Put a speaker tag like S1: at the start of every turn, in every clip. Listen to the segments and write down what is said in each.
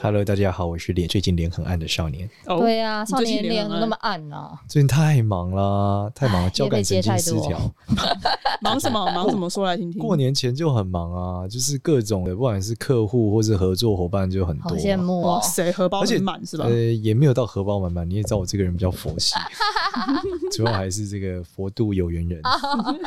S1: Hello，大家好，我是脸最近脸很暗的少年。
S2: 哦
S3: 对啊，
S2: 你
S3: 少
S2: 最近
S3: 年
S2: 脸
S3: 脸
S2: 很暗
S3: 那么暗啊，
S1: 最近太忙啦，太嗯忙了，交
S3: 也
S1: 感
S3: 被
S1: 神
S3: 接
S1: 经
S3: 太
S1: 失
S3: 多
S1: 调。
S2: 忙什么？忙什么？说来听听。
S1: 过年前就很忙啊，就是各种的，不管是客户或是合作伙伴就很
S4: 好
S1: 多、
S4: 羡
S1: 啊。
S4: 慕
S2: 哇
S4: 哦！
S2: 塞，荷包
S1: 而且
S2: 很满是吧？
S1: 呃，也没有到荷包满满，你也知道我这个人比较佛系， 主要还是这个佛度有缘 人，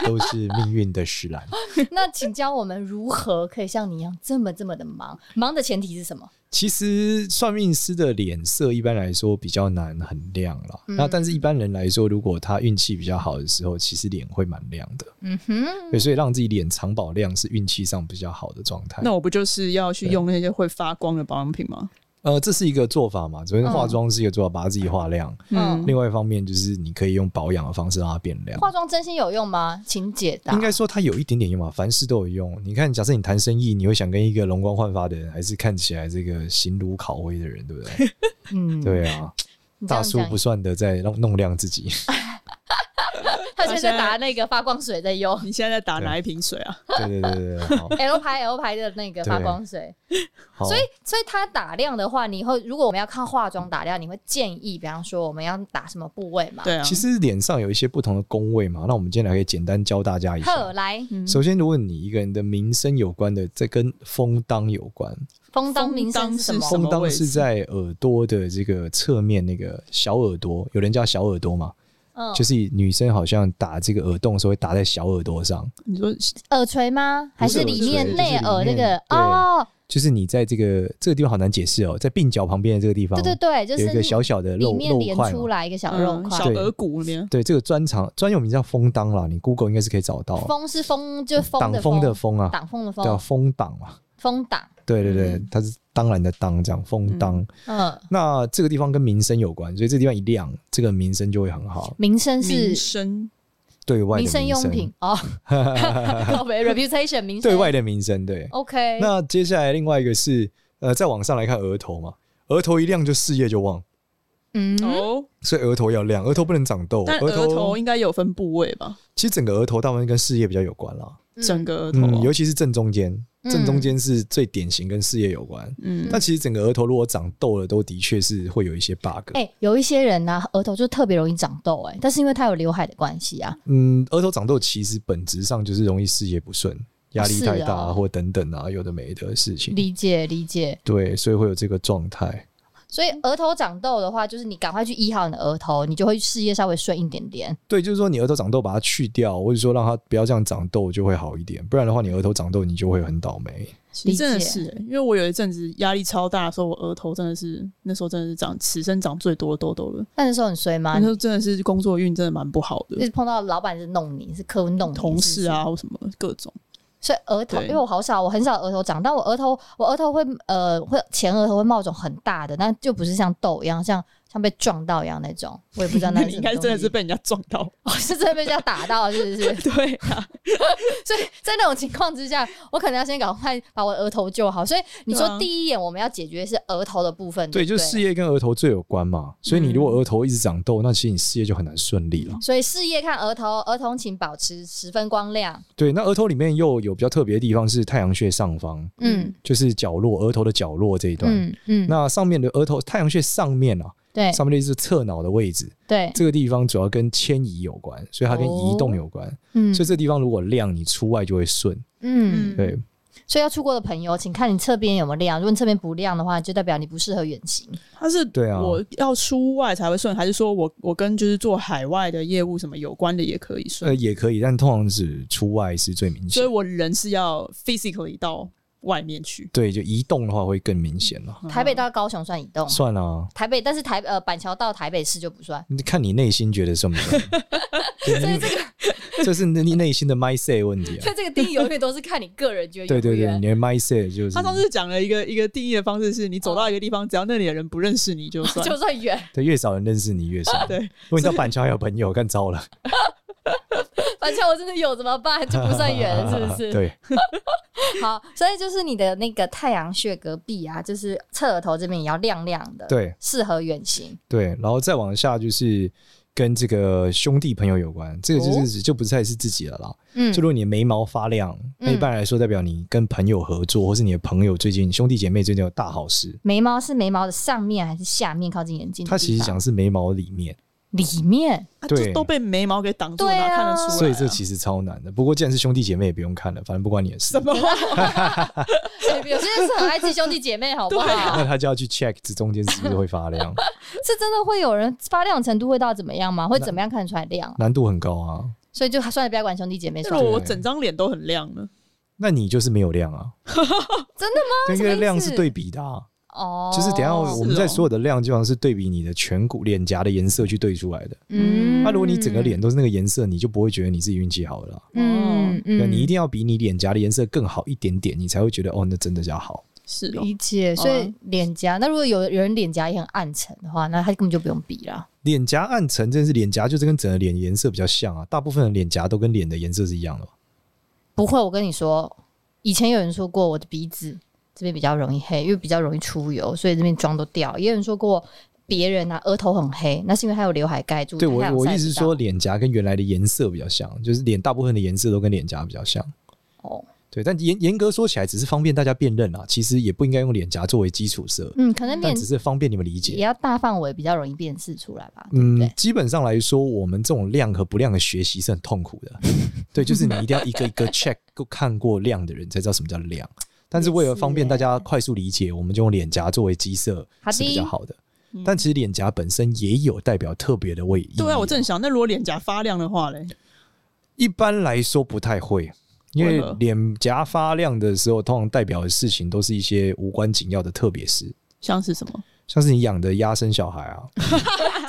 S1: 都是命运的使然。
S4: 那请教我们如何可以像你一样这么这么的忙？忙的前提是什么？
S1: 其实算命师的脸色一般来说比较难很亮了，
S4: 嗯
S1: 那但是一般人来说，如果他运气比较好的时候，其实脸会蛮亮的。
S4: 嗯哼，
S1: 对，所以让自己脸藏宝亮是运气上比较好的状态。
S4: 嗯
S2: 那我不就是要去用那些会发光的保养品吗？
S1: 呃，这是一个做法嘛，首先化妆是一个做法，把自己化亮。
S4: 嗯
S1: 另外一方面就是你可以用保养的方式让它变亮。
S4: 化妆真心有用吗？请解答。
S1: 应该说它有一点点用吧，凡事都有用。你看，假设你谈生意，你会想跟一个容光焕发的人，还是看起来这个形如烤灰的人，对 不对？
S4: 嗯，
S1: 对啊，
S4: 你这
S1: 大
S4: 样
S1: 叔
S4: 讲
S1: 不，算的在弄弄亮自己。
S4: 他现在在打那个发光水在 用
S2: 你现在在打哪一瓶水啊？
S1: 对对对对，对好
S4: L 牌 L 牌的那个发光水。
S1: 好。
S4: 所以，所以它打亮的话，你以后如果我们要靠化妆打亮，你会建议，比方说我们要打什么部位嘛？，
S2: 对啊，
S1: 其实脸上有一些不同的宫位嘛，那我们今天来可以简单教大家一下。
S4: 呵，来，
S2: 嗯
S1: 首先，如果你一个人的名声有关的，这跟风当有关。
S4: 风当名
S2: 当
S4: 声是什么
S2: 是？什么
S1: 风
S2: 位
S1: 当
S2: 置
S1: 是在耳朵的这个侧面那个小耳朵，有人叫小耳朵嘛，
S4: 嗯
S1: 就是女生好像打这个耳洞的时候会打在小耳朵上，
S2: 你说
S4: 耳垂吗？还
S1: 不是
S4: 是里
S1: 耳
S4: 面
S1: 垂就是
S4: 内耳
S1: 里
S4: 那
S1: 面
S4: 个？
S1: 对
S4: 哦，
S1: 就是你在这个这个地方好难解释哦，在鬓角旁边的这个地方，
S4: 对对对，就
S1: 有一个
S4: 是
S1: 小小的
S4: 里
S1: 肉
S4: 面
S1: 肉
S4: 连
S1: 块
S4: 出
S1: 嘛。
S4: 来一个小
S2: 嗯
S4: 肉块
S2: 小。
S1: 对
S2: 额骨那边，
S1: 对，这个专长专有名叫风当啦，你 Google 应该是可以找到。
S4: 风是风，就是风
S1: 哦挡
S4: 的
S1: 风
S4: 风
S1: 的，风啊，
S4: 挡风的
S1: 叫
S4: 风，
S1: 风挡嘛。
S4: 风挡。
S1: 对对对
S2: 嗯，
S1: 它是当然的当，这样风当。
S4: 嗯，
S1: 那这个地方跟民生有关，所以这个地方一亮，这个民生就会很好。
S4: 名声
S2: 民
S4: 是嗯
S2: 生
S1: 对外的
S4: 民
S1: 民
S4: 生用品哦，靠北 reputation 名声
S1: 对外的民生，对。
S4: OK，
S1: 那接下来另外一个是，呃，再往上来看额头嘛，额头一亮就事业就旺，
S4: 嗯，
S2: 哦，
S1: 所以额头要亮，额头不能长痘。
S2: 但额头应该有分部位吧？
S1: 其实整个额头大部分跟事业比较有关啦，
S4: 嗯
S2: 整个额头
S1: 嗯，
S2: 啊，
S1: 尤其是正中间，
S4: 嗯
S1: 正中间是最典型跟事业有关。
S2: 嗯，
S1: 但其实整个额头如果长痘了，都的确是会有一些 bug。
S4: 哎，有一些人呢，额头就特别容易长痘，哎，但是因为他有刘海的关系啊，
S1: 嗯，额头长痘其实本质上就是容易事业不顺、压力太大、
S4: 是啊
S1: 或等等啊，有的没的事情。
S4: 理解理解。
S1: 对，所以会有这个状态。
S4: 所以额头长痘的话，就是你赶快去医好你的额头，你就会事业稍微顺一点点。
S1: 对，就是说你额头长痘，把它去掉，或者说让它不要这样长痘，就会好一点。不然的话，你额头长痘，你就会很倒霉。
S2: 其实真的
S4: 理解
S2: 是欸、因为我有一阵子压力超大的时候，我额头真的是那时候真的是长此生长最多的痘痘了。
S4: 那那时候很衰吗？
S2: 那
S4: 你
S2: 时候真的是工作运真的蛮不好
S4: 一
S2: 的，
S4: 直碰到老啊板是弄你，是客户弄你，
S2: 同事
S4: 是
S2: 啊或什么各种。
S4: 不是。所以额头，
S2: 对
S4: 因为我好少，我很少额头长，但我额头，我额头会呃会前额头会冒肿很大的，但就不是像痘一样，像像被撞到一样那种。我也不知道 那
S2: 你应该
S4: 什么东西
S2: 真的是被人家撞到。
S4: 哦是真的被这 样打到，是不是？
S2: 对啊，
S4: 所以在那种情况之下，我可能要先赶快把我额头救好。所以你说
S2: 对啊
S4: 第一眼我们要解决是额头的部分，
S1: 对，
S4: 不
S1: 就是事业跟额头最有关嘛。所以你如果额头一直长
S4: 嗯
S1: 痘，那其实你事业就很难顺利了。
S4: 所以事业看额头，儿童请保持十分光亮。
S1: 对，那额头里面又有比较特别的地方是太阳穴上方，
S4: 嗯
S1: 就是角落，额头的角落这一段。
S4: 嗯嗯，
S1: 那上面的额头太阳穴上面啊，
S4: 对
S1: 上面就是侧脑的位置，
S4: 对，
S1: 这个地方主要跟迁移有关，所以它跟移动有关。
S4: 嗯
S1: 所以这地方如果亮，你出外就会顺。
S4: 嗯，
S1: 对，
S4: 所以要出国的朋友，请看你侧边有没有亮。如果你侧边不亮的话，就代表你不适合远行。
S2: 他是
S1: 对啊
S2: 我要出外才会顺，还是说我我跟就是做海外的业务什么有关的也可以顺
S1: 呃，？也可以，但通常是出外是最明
S2: 所
S1: 显
S2: 以。我人是要 physically 到外面去。
S1: 对，就移动的话会更明显了。
S4: 台北到高雄算移动，
S1: 算啊，
S4: 台北但是台呃板桥到台北市就不算。
S1: 你看你内心觉得算不算？所以这个 这是你内心的 mindset 问 题
S4: 所
S1: 啊。
S4: 以这个定义永远都是看你个人觉得
S1: 对
S4: 有
S1: 对
S4: 没有
S1: 对，
S4: 缘
S1: 你的 mindset 就是
S2: 他上次讲了一个一个定义的方式是，你走到一个地方，只要那里的人不认识你就算。
S4: 哦 就算远，
S1: 对越少人认识你越少。
S2: 对，
S1: 如果你到板桥还有朋友，看糟了。
S4: 反正我真的有怎么办？就不算远了，是不是？
S1: 对，
S4: 好，所以就是你的那个太阳穴隔壁啊，就是侧耳头这边也要亮亮的，
S1: 对
S4: 适合远行。
S1: 对，然后再往下就是跟这个兄弟朋友有关，这个就是指、就不再是自己了啦。
S4: 哦嗯
S1: 就如果你的眉毛发亮，那一般来说代表你跟朋友合作，或是你的朋友最近兄弟姐妹最近有大好事。
S4: 眉毛是眉毛的上面还是下面靠近眼睛的地
S1: 它
S4: 方？
S1: 其实讲的是眉毛里面，
S4: 里面
S2: 啊
S1: 对
S2: 就都被眉毛给挡住了，
S4: 对啊
S2: 哪看得出来啊？
S1: 所以这其实超难的。不过既然是兄弟姐妹，也不用看了，反正不关你的事
S2: 什。么？
S4: 啊对有些人是很爱自己兄弟姐妹，好不好？
S1: 那他就要去 check 这中间是不是会 发亮，
S4: 啊是真的会有人发亮程度会到怎么样吗？会怎么样看得出来亮啊？
S1: 难度很高啊。
S4: 所以就算了，不要管兄弟姐妹
S2: 那
S4: 算
S2: 如
S4: 了。
S2: 果我整张脸都很亮呢？
S1: 那你就是没有亮啊，
S4: 真的
S1: 跟
S4: 什么
S1: 月
S4: 意
S1: 亮
S4: 思
S1: 是对比的、啊，
S4: 吗？哦，
S1: 就是等一下我们
S2: 是哦
S1: 在所有的亮，基本上是对比你的颧骨、脸颊的颜色去对出来的。
S4: 嗯
S1: 那、如果你整个脸，都是那个颜色，你就不会觉得你自己运气好了啦。
S4: 嗯
S1: 对，
S4: 嗯，
S1: 你一定要比你脸颊的颜色更好一点点，你才会觉得哦，那真的叫好。
S2: 是哦，
S4: 理解。
S1: 啊
S4: 所以脸颊，那如果有人脸颊也很暗沉的话，那他根本就不用比了。
S1: 脸颊暗沉，真的是脸颊就是跟整个脸颜色比较像啊，大部分的脸颊都跟脸的颜色是一样的嘛。
S4: 不会，我跟你说，以前有人说过我的鼻子这边比较容易黑，因为比较容易出油，所以这边妆都掉。也有人说过别人啊额头很黑，那是因为他嗯有刘海盖住。
S1: 对我
S4: 太阳
S1: 我
S4: 晒
S1: 意思是
S4: 不
S1: 说，
S4: 到，
S1: 脸颊跟原来的颜色比较像，就是脸大部分的颜色都跟脸颊比较像。
S4: 哦，
S1: 对，但严严格说起来，只是方便大家辨认啊，其实也不应该用脸颊作为基础色，
S4: 嗯，可能
S1: 但
S4: 面
S1: 只是方便你们理
S4: 也
S1: 解。
S4: 要大范围比较容易辨识出来吧，对不
S1: 嗯
S4: 对？，
S1: 基本上来说，我们这种亮和不亮的学习是很痛苦的。对，就是你一定要一个一个 check 过看过亮的人才知道什么叫亮。但是为了方便大家快速理解，我们就用脸颊作为基色
S4: 好的
S1: 是比较好的。
S2: 嗯
S1: 但其实脸颊本身也有代表特别的位意义。
S2: 对啊，我正想，那如果脸颊发亮的话嘞，
S1: 一般来说不太会，因为
S2: 为何
S1: 脸颊发亮的时候，通常代表的事情都是一些无关紧要的特别事，
S2: 像是什么？
S1: 像是你养的鸭生小孩啊，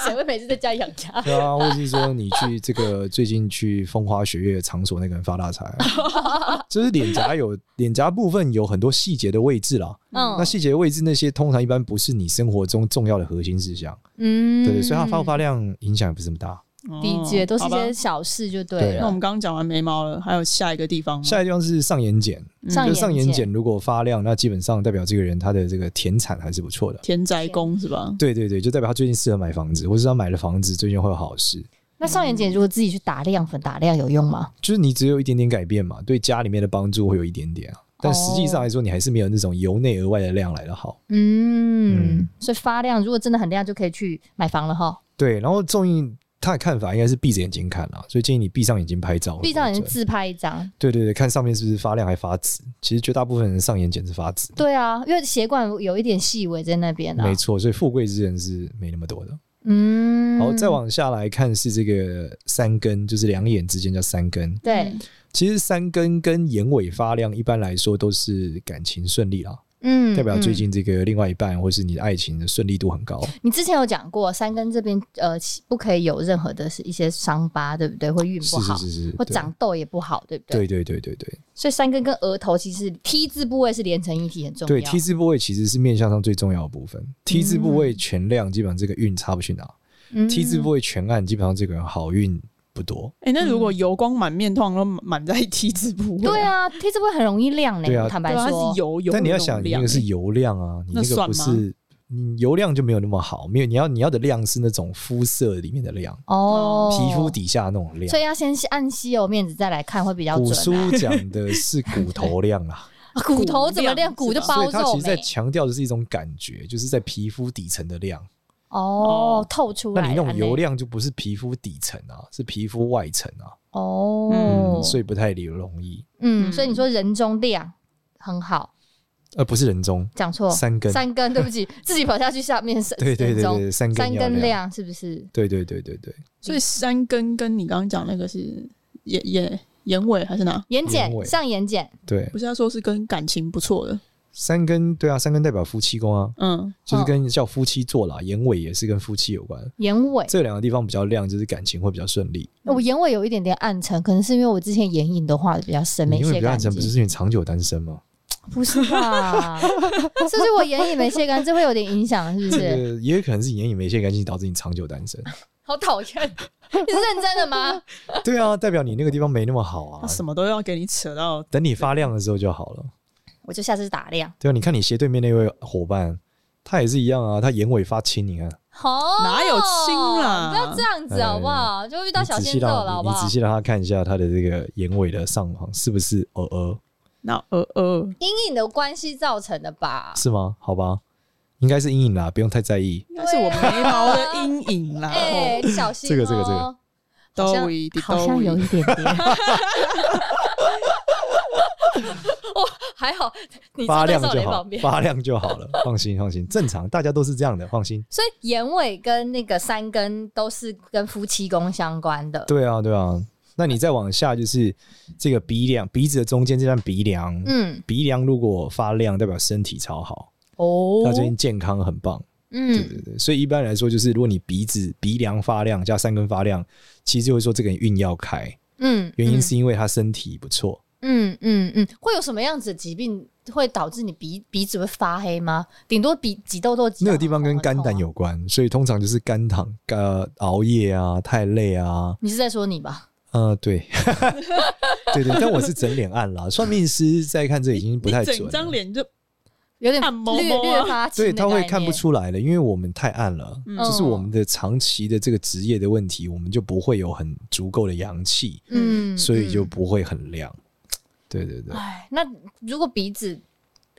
S4: 谁会每次在家养 家？
S1: 对啊，或者是说你去这个最近去风花雪月场所那个人发大财、啊， 就是脸颊有脸颊部分有很多细节的位置啦。
S4: 嗯
S1: 那细节位置那些通常一般不是你生活中重要的核心事项，
S4: 嗯
S1: 对对，所以它发不发亮影响也不是这么大。
S2: 哦
S4: 理解都是
S2: 好
S4: 一
S2: 吧
S4: 些小事就对
S1: 对啊
S2: 那我
S4: 了。
S2: 们刚刚讲完眉毛了，还有下一个地方嗯吗？
S1: 下一个地方是上眼睑，
S4: 上
S1: 就
S4: 眼
S1: 是上眼
S4: 睑
S1: 睑如果发亮，那基本上代表这个人他的这个田产还是不错的。
S2: 田宅宫是吧？
S1: 对对对，就代表他最近适合买房子，或是他买了房子最近会有好事。
S4: 那上眼睑如果自己去打亮粉打亮有用吗？
S1: 就是你只有一点点改变嘛，对家里面的帮助会有一点点啊。但实际
S4: 哦
S1: 上来说，你还是没有那种由内而外的量来的好。
S4: 嗯
S1: 嗯，
S4: 所以发亮如果真的很亮就可以去买房了哈。
S1: 对，然后综艺他的看法应该是闭着眼睛看啊，所以建议你闭上眼睛拍照。
S4: 闭上眼睛。自拍一张。
S1: 对对对，看上面是不是发亮还发紫？其实绝大部分人上眼睑是发紫的，
S4: 对啊，因为血管有一点细微在那边啊
S1: 没。错，所以富贵之人是没那么多的。
S4: 嗯，
S1: 好，再往下来看是这个三根，就是两眼之间叫三根。
S2: 嗯
S4: 对，
S1: 其实三根跟眼尾发亮，一般来说都是感情顺利啦，
S4: 嗯，
S1: 代表最
S4: 嗯
S1: 近这个另外一半或是你的爱情的顺利度很高。
S4: 你之前有讲过三根这边呃不可以有任何的是一些伤疤，对不对？会运不
S1: 是
S4: 好
S1: 是，是是，
S4: 或
S1: 对啊
S4: 长痘也不好，对不对？
S1: 对对对对对
S4: 所以三根跟额头其实 T 字部位是连成一体，很重要。
S1: 对，T 字部位其实是面相上最重要的部分。T 字部
S4: 嗯
S1: 位全亮，基本上这个运差不去哪；T 字部位全暗，基本上这个人好运不多。
S2: 哎、那如果油光满面，通常都满在 T 字部位。
S4: 嗯对，啊，T 字部位很容易亮呢、
S1: 对啊
S4: 坦白
S2: 对啊，它
S4: 说
S2: 是，油油的那种亮欸。
S1: 但你要想，你那个是油亮啊，你
S2: 那
S1: 个不
S2: 算吗
S1: 是。你油亮就没有那么好，没有你要你要的亮是那种肤色里面的亮，
S4: 哦，
S1: 皮肤，底啊下那种亮
S4: 所。以要先按稀有面子再来看会比较
S1: 古
S4: 准、
S1: 书讲的是骨头亮 啦，
S4: 啊。骨头怎么
S2: 骨
S4: 亮？
S2: 亮
S4: 骨就是
S2: 吧
S4: 包
S1: 啊所以它其
S4: 肉
S1: 实在
S4: 没
S1: 强调的是一种感觉，就是在皮肤底层的亮。
S4: 哦
S2: 哦，
S4: 透出
S1: 那
S4: 来啊
S1: 你
S4: 了呢。
S1: 那种油亮就不是皮肤底层啊，是皮肤外层啊，嗯
S4: 哦，
S1: 所以不太容易。
S4: 嗯，
S2: 嗯
S4: 所以你说人中亮很好，
S1: 呃，不是人中，
S4: 讲错
S1: 三根，
S4: 哦三根，对不起，自己跑下去下 面是
S1: 对对
S4: 人
S1: 对
S4: 中
S1: 对，三根
S4: 三
S1: 要
S4: 根
S1: 亮，
S4: 亮是不是？
S1: 对对对对对，
S2: 所以山根跟你刚刚讲那个是眼眼眼尾还是哪？
S4: 眼
S1: 眼
S4: 睑
S1: 尾
S4: 上眼睑，
S1: 对
S2: 不是他说是跟感情不错的，
S1: 三根，对啊，三根代表夫妻宫啊，
S2: 嗯，
S1: 就是跟叫夫妻座啦，眼尾也是跟夫妻有关。
S4: 眼尾，
S1: 这两个地方比较亮，就是感情会比较顺利。
S4: 我眼尾有一点点暗沉，可能是因为我之前眼影都画的比较深，
S1: 你
S4: 没
S1: 因为
S4: 卸
S1: 比较
S4: 干
S1: 暗
S4: 净
S1: 沉，。不是因为长久单身吗？
S4: 不是吧？是不是我眼影没卸干，这会有点影响，是不
S1: 这
S4: 是？
S1: 个也有可能是眼影没卸干净导致你长久单身。
S4: 好讨厌！你是认真的吗？
S1: 对啊，代表你那个地方没那么 好啊
S2: 他。什么都要给你扯到，
S1: 等你发亮的时候就好了。
S4: 我就下次打量。
S1: 对啊，你看你斜对面那位伙伴，他也是一样啊，他眼尾发青，你看，
S4: 哦，
S2: 哪有亲啦
S4: 不要这样子好不好？啊就遇到
S1: 哎你
S4: 小
S1: 仔
S4: 鲜
S1: 细
S4: 肉
S1: 让
S4: 了好
S1: 你
S4: 不
S1: 你
S4: 好
S1: 仔？细让他看一下他的这个眼尾的上方是不是鹅鹅
S2: 那呃呃，
S4: 阴影的关系造成的吧？
S1: 是吗？好吧，应该是阴影啦，不用太在意。
S2: 应该是我眉毛的阴影啦。
S4: 哎，小心哦！
S1: 啊这个这个这个
S4: 好像
S2: 都一定
S4: 好像有
S2: 一
S4: 一点点。 哦，还好你
S1: 发
S4: 站在
S1: 亮
S4: 少
S1: 就
S4: 年
S1: 好
S4: 旁，边，
S1: 发亮就 好了，放心放心，正常，大家都是这样的，放心。
S4: 所以眼尾跟那个三根都是跟夫妻宫相关的。
S1: 对啊对啊，那你再往下就是这个鼻梁，鼻子的中间这段鼻梁，
S4: 嗯，
S1: 鼻梁如果发亮，代表身体超好，
S4: 哦
S1: 他最近健康很棒。对
S4: 嗯，
S1: 对对，所以一般来说就是，如果你鼻子鼻梁发亮加三根发亮，其实就会说这个人运要开，
S4: 嗯，
S1: 原因是因为他身体不错。
S4: 嗯嗯嗯，会有什么样子的疾病会导致你鼻鼻子会发黑吗？顶多鼻挤痘痘，挤到
S1: 那个地方跟
S4: 红
S1: 肝
S4: 红
S1: 胆
S4: 红啊。
S1: 有关，所以通常就是肝糖、呃熬夜啊、太累啊，
S4: 你是在说你吧？
S1: 呃 对，对对，但我是整脸暗啦。算命师在看这已经不太准啊
S2: 整
S1: 了
S2: 张，脸就
S4: 有点
S2: 暗蒙蒙
S4: 略
S2: 啊
S4: 略发青
S1: 对
S4: 的
S1: 他会
S4: 概
S1: 看不
S4: 念。
S1: 出来了，因为我们太暗了。
S2: 嗯
S1: 就是我们的长期的这个职业的问题，我们就不会有很足够的阳气，
S4: 嗯，
S1: 所以就
S4: 嗯
S1: 不会很亮。对对对，
S4: 哎，那如果鼻子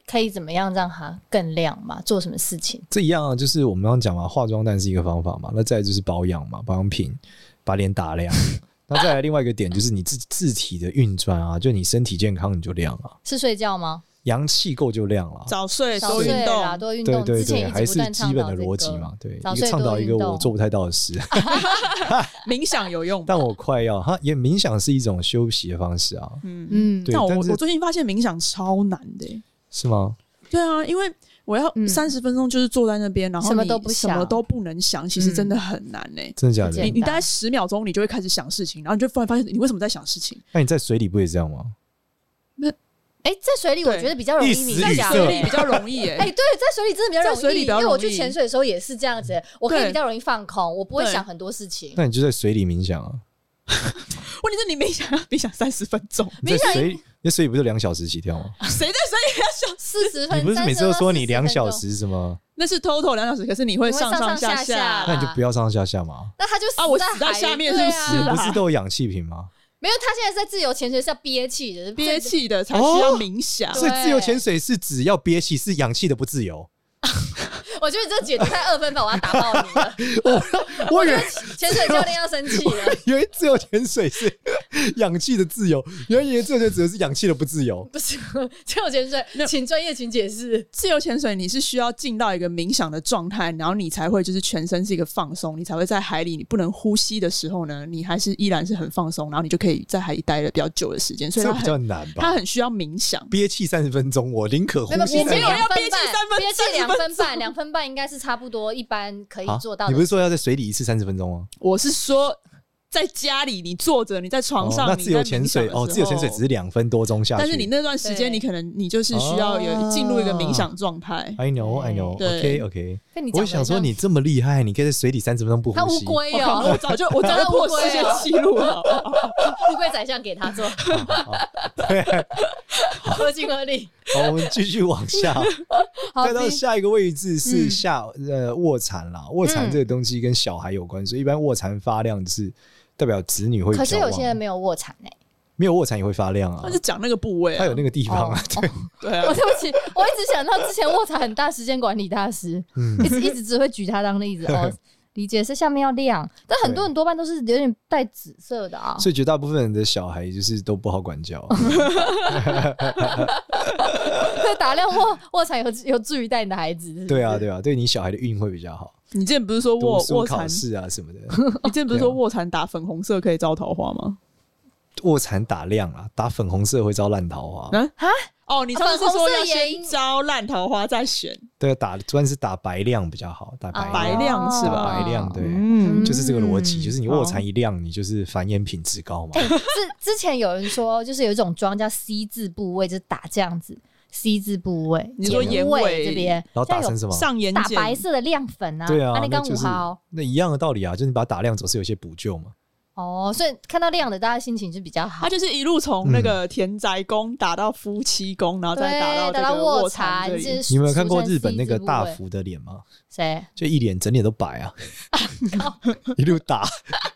S4: 可以怎么样让它更亮嘛？做什么事情？
S1: 这一样啊，就是我们刚刚讲嘛，化妆蛋是一个方法嘛，那再来就是保养嘛，保养品把脸打亮。那再来另外一个点就是你自自体的运转啊，就你身体健康你就亮啊，
S4: 是睡觉吗？
S1: 阳气够就亮了。
S2: 早睡
S4: 少
S2: 多运
S4: 睡啦，
S2: 动，
S4: 多运
S1: 对
S4: 动。
S1: 对
S4: 之前
S1: 对，
S4: 一
S1: 还
S4: 直不
S1: 是
S4: 断
S1: 基
S4: 倡
S1: 本
S4: 导
S1: 的
S4: 这
S1: 逻
S4: 个
S1: 辑嘛，对，
S4: 早
S1: 一
S4: 睡
S1: 个倡导
S4: 多
S1: 一个
S4: 运
S1: 我
S4: 动
S1: 做不太到 的事，
S2: 冥想有用吧。
S1: 但我快要哈，也冥想是一种休息的方式啊，
S2: 嗯，
S4: 嗯，
S1: 对
S2: 但我
S1: 但是
S2: 我最近发现冥想超难的欸、
S1: 是吗？
S2: 对啊，因为我要
S4: 嗯
S2: 三十分钟就是坐在那边，然后
S4: 什么
S2: 你
S4: 都不
S2: 什
S4: 想嗯
S2: 么都不能想，其实真的很难呢、
S1: 真的假
S4: 不
S1: 的
S4: 简
S2: 你？
S4: 单
S2: 你大概十秒钟，你就会开始想事情，然后你就突然发现你为什么在想事情，
S1: 那你在水里不也这样吗？
S4: 哎，在水里我
S2: 对
S4: 觉得比较容
S1: 一
S4: 易
S1: 时
S4: 冥
S1: 语
S4: 想
S1: 塞
S4: 欸，
S2: 所以比较容易哎、
S4: 哎、对，在水里真的比较容易，
S2: 在水里比较
S4: 因为我
S2: 容易
S4: 去潜水的时候也是这样子，我可以
S2: 对
S4: 比较容易放空，我不会
S2: 对
S4: 想很多事情。
S1: 那你就在水里冥想啊，
S2: 问题是你冥想要 冥想三十分钟，
S1: 你在水，那水里不是两小时起 跳吗？
S2: 谁在水里要想？
S4: 四十分，
S1: 你不是每次都
S4: 30
S1: 说
S4: 40
S1: 你两
S4: 分钟
S1: 小？时什么？
S2: 那是 total 两小时，可是你会
S4: 你会上
S2: 上
S4: 上下
S2: 下
S4: 下
S1: 那你就不要上上下下嘛，
S4: 那他就
S2: 啊我
S4: 在
S2: 死在
S4: 海
S2: 下面
S4: 对
S2: 是
S1: 你
S2: 啦
S4: 啊？
S1: 不是都有氧气瓶吗？
S4: 没有，他现在是在自由潜水是要憋气的，
S2: 憋
S4: 这。
S2: 气的才
S1: 哦
S2: 需要冥想。
S4: 对
S1: 所以自由潜水是只要憋气，是氧气的不自由。
S4: 我觉得你这解读太二分法，我要打爆你了！
S1: 我以为
S4: 潜水教练要生气了，
S1: 以为自由潜水是氧气的自由，原来以为自由潜水是氧气的不自由。
S4: 不是自由潜水，
S2: 那
S4: 请专业，请解释。
S2: 自由潜水你是需要进到一个冥想的状态，然后你才会就是全身是一个放松，你才会在海里你不能呼吸的时候呢，你还是依然是很放松，然后你就可以在海里待了比较久的时间，所以
S1: 这
S2: 它
S1: 比较
S2: 很
S1: 难吧？
S2: 它很需要冥想。
S1: 憋气三十分钟，我宁可呼
S4: 没有，
S1: 吸
S4: 我
S1: 三
S4: 没
S1: 十
S4: 有
S1: 分
S4: 两
S2: 憋
S4: 分
S2: 气
S4: 半
S2: 三分，
S4: 憋气
S2: 三十
S4: 两
S2: 分
S4: 分半，两分半应该是差不多，一般可以
S1: 啊
S4: 做到
S1: 你
S4: 的
S1: 不是说要在水里一次三十分钟吗？
S2: 我是说，在家里你坐着，你在床上，
S1: 哦那
S2: 你
S1: 自由
S2: 在冥想
S1: 潜水
S2: 的
S1: 哦，
S2: 时
S1: 自由潜水只
S2: 候
S1: 是两分多钟下去。
S2: 但是你那段时间
S4: 对
S2: 你可能你就是需要
S1: 哦
S2: 有进入一个冥想状态。
S1: I know, I know.
S2: 对
S1: OK, OK.
S4: 跟你讲
S1: 我
S4: 的
S1: 想说，
S4: 像
S1: 你这么厉害，你可以在水里三十分钟不
S4: 他
S1: 呼
S4: 乌
S1: 吸。
S4: 龟
S2: 我靠
S4: 哦，
S2: 我早就我早就破世界
S1: 啊
S2: 纪录了，哦好不好
S4: 乌龟宰相给他做， 合情合理。
S1: 好，我们继续往下，
S4: 好，
S1: 再到
S4: 第
S1: 下一个位置是
S4: 嗯
S1: 下、呃卧蚕啦。卧蚕这个东西跟小孩有关，所以一般卧蚕发亮是代表子女会比
S4: 可
S1: 较旺。
S4: 是有些哦人没有卧蚕哎、
S1: 没有卧蚕也会发亮啊
S2: 他，是讲那个部位
S1: 它
S2: 啊，
S1: 有那个地方啊。
S4: 哦
S1: 对，
S2: 对
S4: 我
S2: 啊，
S4: 对不起，我一直想到之前卧蚕很大时间管理大师，
S1: 嗯
S4: 一直一直只会举他当例子哦。理解是下面要亮，但很多人多半都是有点带紫色的啊。
S1: 所以绝大部分人的小孩就是都不好 管教。
S4: 会打亮卧卧蚕有有助于带你的孩子。是不是
S1: 对啊，，对啊，对你小孩的运会比较好，
S2: 你之前不是说
S1: 读
S2: 卧
S1: 书
S2: 卧
S1: 考
S2: 蚕，
S1: 试啊什么的。
S2: 你之前不是说卧蚕打粉红色可以招桃花吗？
S1: 卧蚕打亮啊，打粉红色会招烂桃花。
S2: 啊哦，你上次
S4: 粉红
S2: 说
S4: 色
S2: 要
S4: 也
S2: 先招烂桃花再选
S1: 对，啊打专是打白亮比较好，打白
S4: 啊
S2: 白亮是
S1: 打
S2: 吧？
S1: 白亮对。
S2: 嗯，
S1: 就是这个逻辑，
S4: 嗯
S1: 就是你卧蚕一亮，你就是繁衍品
S4: 哎
S1: 质高嘛。
S4: 之之前有人说，就是有一种妆叫 C 字部位，就是打这样子， C 字部位，
S2: 你说
S4: 眼
S2: 眼尾
S4: 这边，
S1: 然后
S4: 现
S1: 打
S4: 在有
S1: 成什么？
S2: 上眼
S4: 打
S2: 睑
S4: 白色的亮粉啊，
S1: 对啊，
S4: 那
S1: 那
S4: 刚
S1: 就
S4: 五
S1: 是
S4: 号
S1: 那一样的道理啊，就是你把它打亮，总是有些补 救嘛。
S4: 哦，所以看到亮的，大家心情是比较好
S2: 他。就是一路从那
S1: 嗯
S2: 个田宅宫打到夫妻宫，然后再
S4: 对，
S2: 打
S4: 打
S2: 到这个
S4: 卧
S2: 卧蚕这
S4: 蚕，
S2: 里。
S4: 是
S1: 你有没有看
S4: 俗
S1: 过
S4: 称
S1: 日本
S4: C
S1: 那个
S4: 字部
S1: 大
S4: 位
S1: 福的脸吗？
S4: 谁？
S1: 就一脸整脸都白啊， 一路打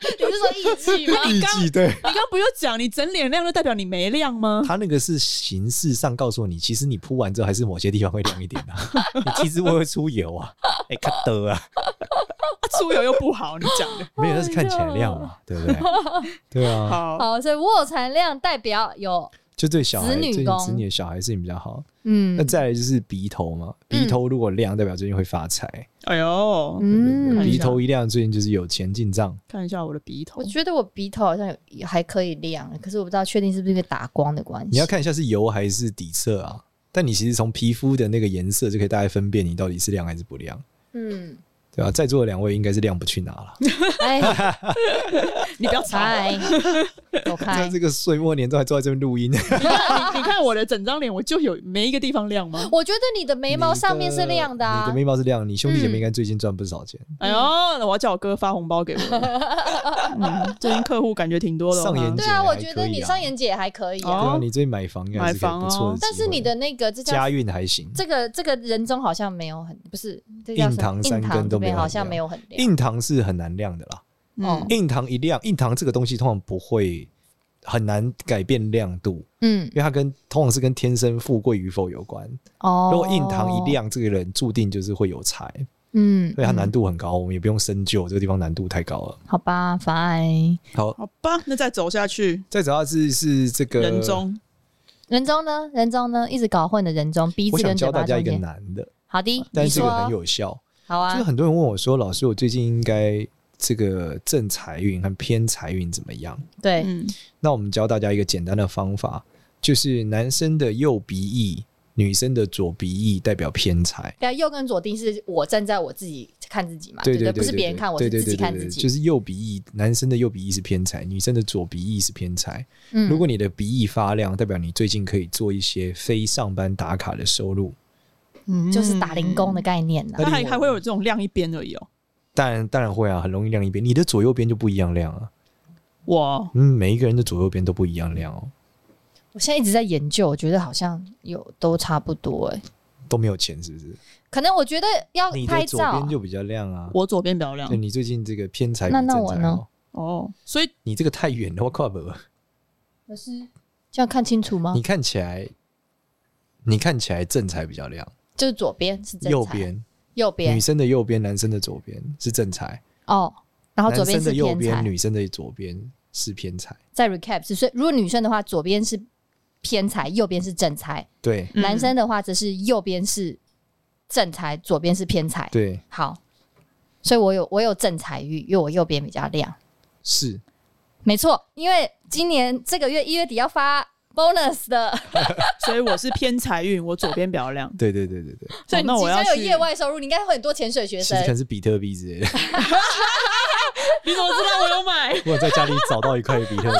S4: 你是说艺 妓吗？
S1: 艺妓，对
S2: 你刚不就讲你整脸亮，就代表你没亮 吗？
S1: 他那个是形式上告诉你，其实你铺完之后还是某些地方会亮 一点的、啊，你其实会会出油啊，哎、卡德啊，
S2: 他出油又不好，你讲 的
S1: 没有，那是看起来亮嘛，对不对？对啊，
S2: 好。
S4: 哎好，哦所以卧蚕亮代表有
S1: 就对小孩
S4: 子女
S1: 最近
S4: 宫
S1: 子女的小孩事情比较好。
S4: 嗯
S1: 那再来就是鼻头嘛，鼻头如果亮，代表最近会发财。
S2: 哎呦，
S1: 对
S4: 嗯
S1: 鼻头一亮，最近就是有钱进账。
S2: 看一下我的鼻头
S4: 我，觉得我鼻头好像有还可以亮，可是我不知道确定是不是因为打光的关系。
S1: 你要看一下是油还是底色啊？但你其实从皮肤的那个颜色就可以大概分辨你到底是亮还是不亮，
S4: 嗯，
S1: 对吧、在座的两位应该是亮不去哪了。
S4: 哎，
S2: 你不要 吵。
S4: 嗨，走
S1: 在
S4: 开！
S1: 这个岁末年终还坐在这边录音，
S2: 你你看我的整张脸，我就有没一个地方亮吗？
S4: 我觉得你的眉毛上面是亮的
S1: 你的
S4: 啊
S1: 眉，毛是亮，你兄弟姐妹应该最近赚不少钱。
S2: 哎呦，
S4: 嗯
S2: 那我要叫我哥发红包 给我。嗯，最近客户感觉挺多的哦。
S1: 上眼
S2: 哈
S4: 对啊，
S1: 也还
S4: 我
S1: 可以
S4: 觉得你
S1: 啊
S4: 上眼睑还可以
S1: 对
S4: 啊，
S1: 啊
S2: 哦，
S1: 你最近买房应该是个
S2: 买
S1: 不错的机会
S2: 房哦
S4: 但是你的那个这叫
S1: 家运还行，
S4: 这个这个人中好像没有很不是这叫什
S1: 印堂
S4: 么？印
S1: 三根
S4: 堂
S1: 都
S4: 这
S1: 没有
S4: 边
S1: 很
S4: 好像
S1: 亮
S4: 没有很亮。
S1: 印堂是很难亮的啦。
S4: 哦
S2: 嗯，
S1: 印堂一亮，印堂这个东西通常不会很难改变亮度，
S4: 嗯
S1: 因为它跟通常是跟天生富贵与否有关。
S4: 哦，
S1: 如果印堂一，亮，这个人注定就是会有财，
S4: 嗯，
S1: 所以
S4: 嗯
S1: 它啊难度很高，我们也不用深究这个地方难度太高了。
S4: 好吧，fine。
S1: 好，
S2: 好吧，那再走下去，
S1: 再主要是是这个
S2: 人，中
S4: 人中呢？人中呢？一直搞混的人中，鼻
S1: 我
S4: 子
S1: 想
S4: 跟嘴
S1: 教
S4: 巴
S1: 大家
S4: 中
S1: 一个
S4: 间。
S1: 难的，
S4: 好的，
S1: 但
S4: 你
S1: 是这
S4: 说
S1: 个很有效。
S4: 好啊
S1: 就是，很多人问我说：“老师，我最近应该这个正财运和偏财运怎么样
S4: 对，
S2: 嗯，？”
S1: 那我们教大家一个简单的方法，就是男生的右鼻翼，女生的左鼻翼代表偏财。
S4: 对啊，右跟左定是我站在我自己看自己嘛，
S1: 对
S4: 对
S1: 对，
S4: 啊不是别人看，我
S1: 对
S4: 是
S1: 对
S4: 自己
S1: 对
S4: 看
S1: 对
S4: 自
S1: 对，
S4: 己。
S1: 就是右鼻翼，男生的右鼻翼是偏财，女生的左鼻翼是偏财。
S4: 嗯
S1: 如果你的鼻翼发亮，代表你最近可以做一些非上班打卡的收入。
S2: 嗯
S4: 就是打零工的。概念呢
S1: 那，
S2: 那还
S1: 另外
S2: 还会有这种亮一边而已哦。
S1: 当然，当然会啊，很容易亮一边。你的左右边就不一样亮啊，
S2: 哇，
S1: 嗯，每一个人的左右边都不一样亮哦，
S4: 我现在一直在研究，我觉得好像有都差不多哎，
S1: 都没有钱是不是？
S4: 可能我觉得要
S1: 你
S4: 拍
S1: 的左
S4: 哦照
S1: 边，就比较亮啊。
S2: 我左边比较亮
S1: 对你最近这个偏财比
S4: 那
S1: 正
S4: 那
S1: 财
S4: 我呢啊
S1: 好，
S2: 哦，所以
S1: 你这个太远了，我靠不。
S4: 可是这样看清楚吗
S1: 你？看起来，你看起来正财比较亮，
S4: 就是左边是正
S1: 右
S4: 财，
S1: 边
S4: 右
S1: 女
S4: 边
S1: 生的右边，男生的左边是正财，
S4: 哦，然后左
S1: 男
S4: 边
S1: 生
S4: 是
S1: 的右
S4: 偏
S1: 边，
S4: 财。
S1: 女生的左边是偏财。
S4: 再 recap 是，所以如果女生的话，左边是偏财，右边是正财。
S1: 对
S2: 嗯
S4: 男生的话则是右边是正财，左边是偏财。
S1: 对
S4: 好，所以我有我有正财运，因为我右边比较亮。
S1: 是，
S4: 没错，因为今年这个月一月底要发 bonus 的，
S2: 所以我是偏财运，我左边比较亮。
S1: 对对对对对。
S4: 所以你
S2: 那
S4: 即
S2: 我要
S4: 将有
S2: 去
S4: 业外收入，你应该会很多潜水学
S1: 其实
S4: 生
S1: 可。能是比特币之类的。
S2: 你怎么知道我有 买？
S1: 我有在家里找到一块比特币，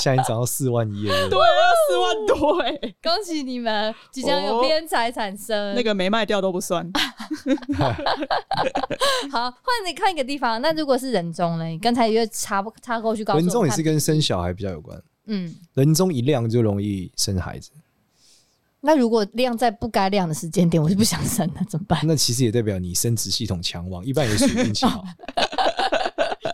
S1: 现在涨到四万一了。
S2: 对啊，四万多哎、
S4: 恭喜你们，即将有
S2: 哦
S4: 偏财产生。
S2: 那个没卖掉都不算。
S4: 啊好，换你看一个地方。那如果是人中呢？你刚才又插不插过去告诉我
S1: 人
S4: 们看，
S1: 中也是跟生小孩比较有关，
S4: 嗯。
S1: 人中一亮就容易生孩子，
S4: 那如果亮在不该亮的时间点，我是不想生的，怎么办？
S1: 那其实也代表你生殖系统强旺，一般也属于运 气好。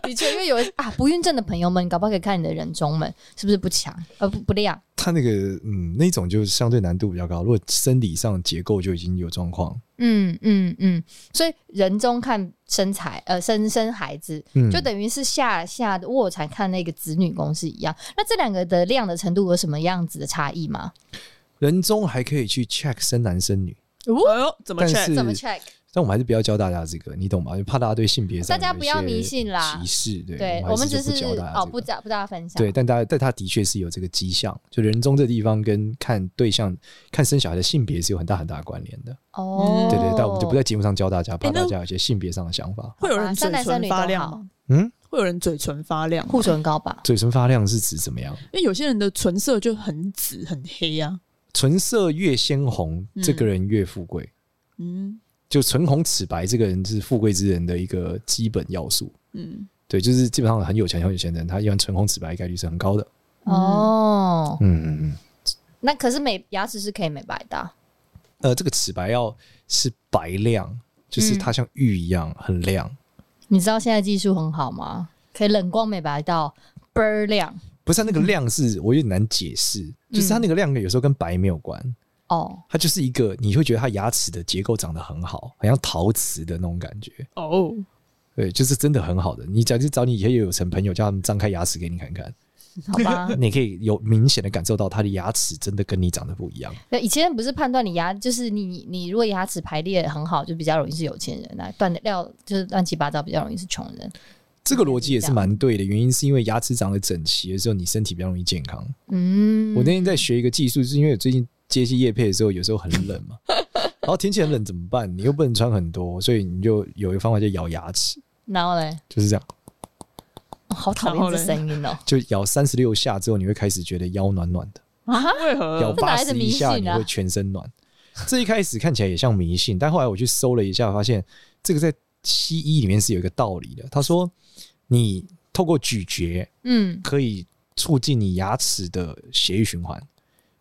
S4: 的确，因为有一啊不孕症的朋友们，搞不好可以看你的人中们是不是不强，呃不不亮。
S1: 它那个嗯，那种就相对难度比较高，如果生理上结构就已经有状况，
S4: 嗯嗯嗯，所以人中看身材，呃生生孩子，
S1: 嗯，
S4: 就等于是下下的卧蚕看那个子女宫是一样。那这两个的亮的程度有什么样子的差异吗？
S1: 人中还可以去 check 生男生女，
S2: 哎呦，怎么
S1: 但
S2: check？
S1: 是
S4: 怎么 check？
S1: 但我们还是不要教大家这个，你懂吗？就怕大家对性别上
S4: 大家
S1: 有一
S4: 不要
S1: 些
S4: 迷信啦
S1: 歧视对，
S4: 对
S1: 我
S4: 我
S1: 还
S4: 们
S1: 就
S4: 只
S1: 不
S4: 是
S1: 教大家
S4: 哦
S1: 这个
S4: 不教不大家分享。
S1: 对，但大家但他的确是有这个迹象，就人中这地方跟看对象、看生小孩的性别是有很大很大的关联的。
S4: 哦，
S1: 对对对，但我们就不在节目上教大家，怕
S2: 诶那
S1: 大家有一些性别上的想法。
S2: 会有人
S4: 啊
S2: 嘴
S4: 生男生
S2: 唇
S4: 女
S2: 发
S4: 都
S2: 亮
S4: 好
S2: 吗？，
S1: 嗯，
S2: 会有人嘴唇发亮吗？
S4: 护唇膏吧。
S1: 嘴唇发亮是指怎么样？
S2: 因为有些人的唇色就很紫很黑啊。
S1: 唇色越鲜红，
S2: 嗯
S1: 这个人越富贵。
S2: 嗯
S1: 就唇红齿白，这个人是富贵之人的一个基本要素。
S2: 嗯，
S1: 对，就是基本上很有钱、很有钱的人，他一般唇红齿白概率是很高的。
S2: 嗯
S4: 哦，
S1: 嗯嗯嗯。
S4: 那可是美牙齿是可以美白的啊、
S1: 呃，这个齿白要是白亮，
S2: 嗯
S1: 就是它像玉一样很亮，
S4: 你知道现在技术很好吗？可以冷光美白到倍儿亮
S1: 不是它那个亮是我有点难解释，就是它那个亮有时候跟白没有关，
S4: 哦，
S1: 它就是一个你会觉得它牙齿的结构长得很好，很像陶瓷的那种感觉。
S2: 哦，
S1: 对，就是真的很好的。你假去找你以前有层朋友，叫他们张开牙齿给你看看，
S4: 好吧。
S1: 你可以有明显的感受到他的牙齿真的跟你长得不一样。
S4: 对，以前不是判断你牙，就是你你你如果牙齿排列很好，就比较容易是有钱人啊，断的料就是乱七八糟，比较容易是穷人。
S1: 这个逻辑也是蛮对的，原因是因为牙齿长得整齐的时候，你身体比较容易健康。
S4: 嗯，
S1: 我那天在学一个技术，是因为我最近接些夜配的时候，有时候很冷嘛，然后天气很冷怎么办？你又不能穿很多，所以你就有一个方法叫咬牙齿，
S4: 然后嘞，
S1: 就是这样，
S4: 哦好讨
S2: 然后
S4: 厌
S2: 嘞
S4: 这声音哦，
S1: 就咬三十六下之后，你会开始觉得腰暖暖的。
S4: 啊
S2: 为何
S1: 咬
S4: 这哪
S1: 八
S4: 来的
S1: 十
S4: 迷
S1: 一
S4: 信啊
S1: 下你会全身暖。 这一开始看起来也像迷信，但后来我去搜了一下，发现这个在西医里面是有一个道理的。他说，你透过咀嚼
S4: 嗯，
S1: 可以促进你牙齿 的血液循环，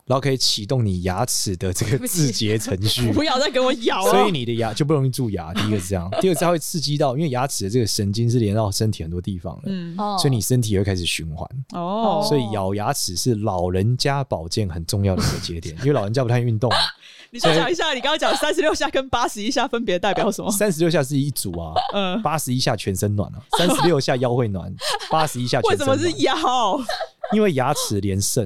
S1: 然后可以启动你牙齿的这个自洁程序。
S2: 不要再给我咬 啊
S1: 所
S2: 了
S1: 以。你的牙就不容易蛀牙，第一个是这样，第二个是它会刺激到，因为牙齿的这个神经是连到身体很多地方的，
S2: 嗯
S4: 哦，
S1: 所以你身体也会开始循环。
S2: 哦，
S1: 所以咬牙齿是老人家保健很重要的一个节点，因为老人家不太运动。
S2: 你再讲一下，你刚刚讲三十六下跟八十一下分别代表什么？
S1: 三十六下是一组啊，
S2: 嗯，
S1: 八十一下全身暖啊，三十六下腰会暖，八十一下
S2: 为什
S1: 全身
S2: 么
S1: 暖。
S2: 是 咬？
S1: 因为牙齿连肾，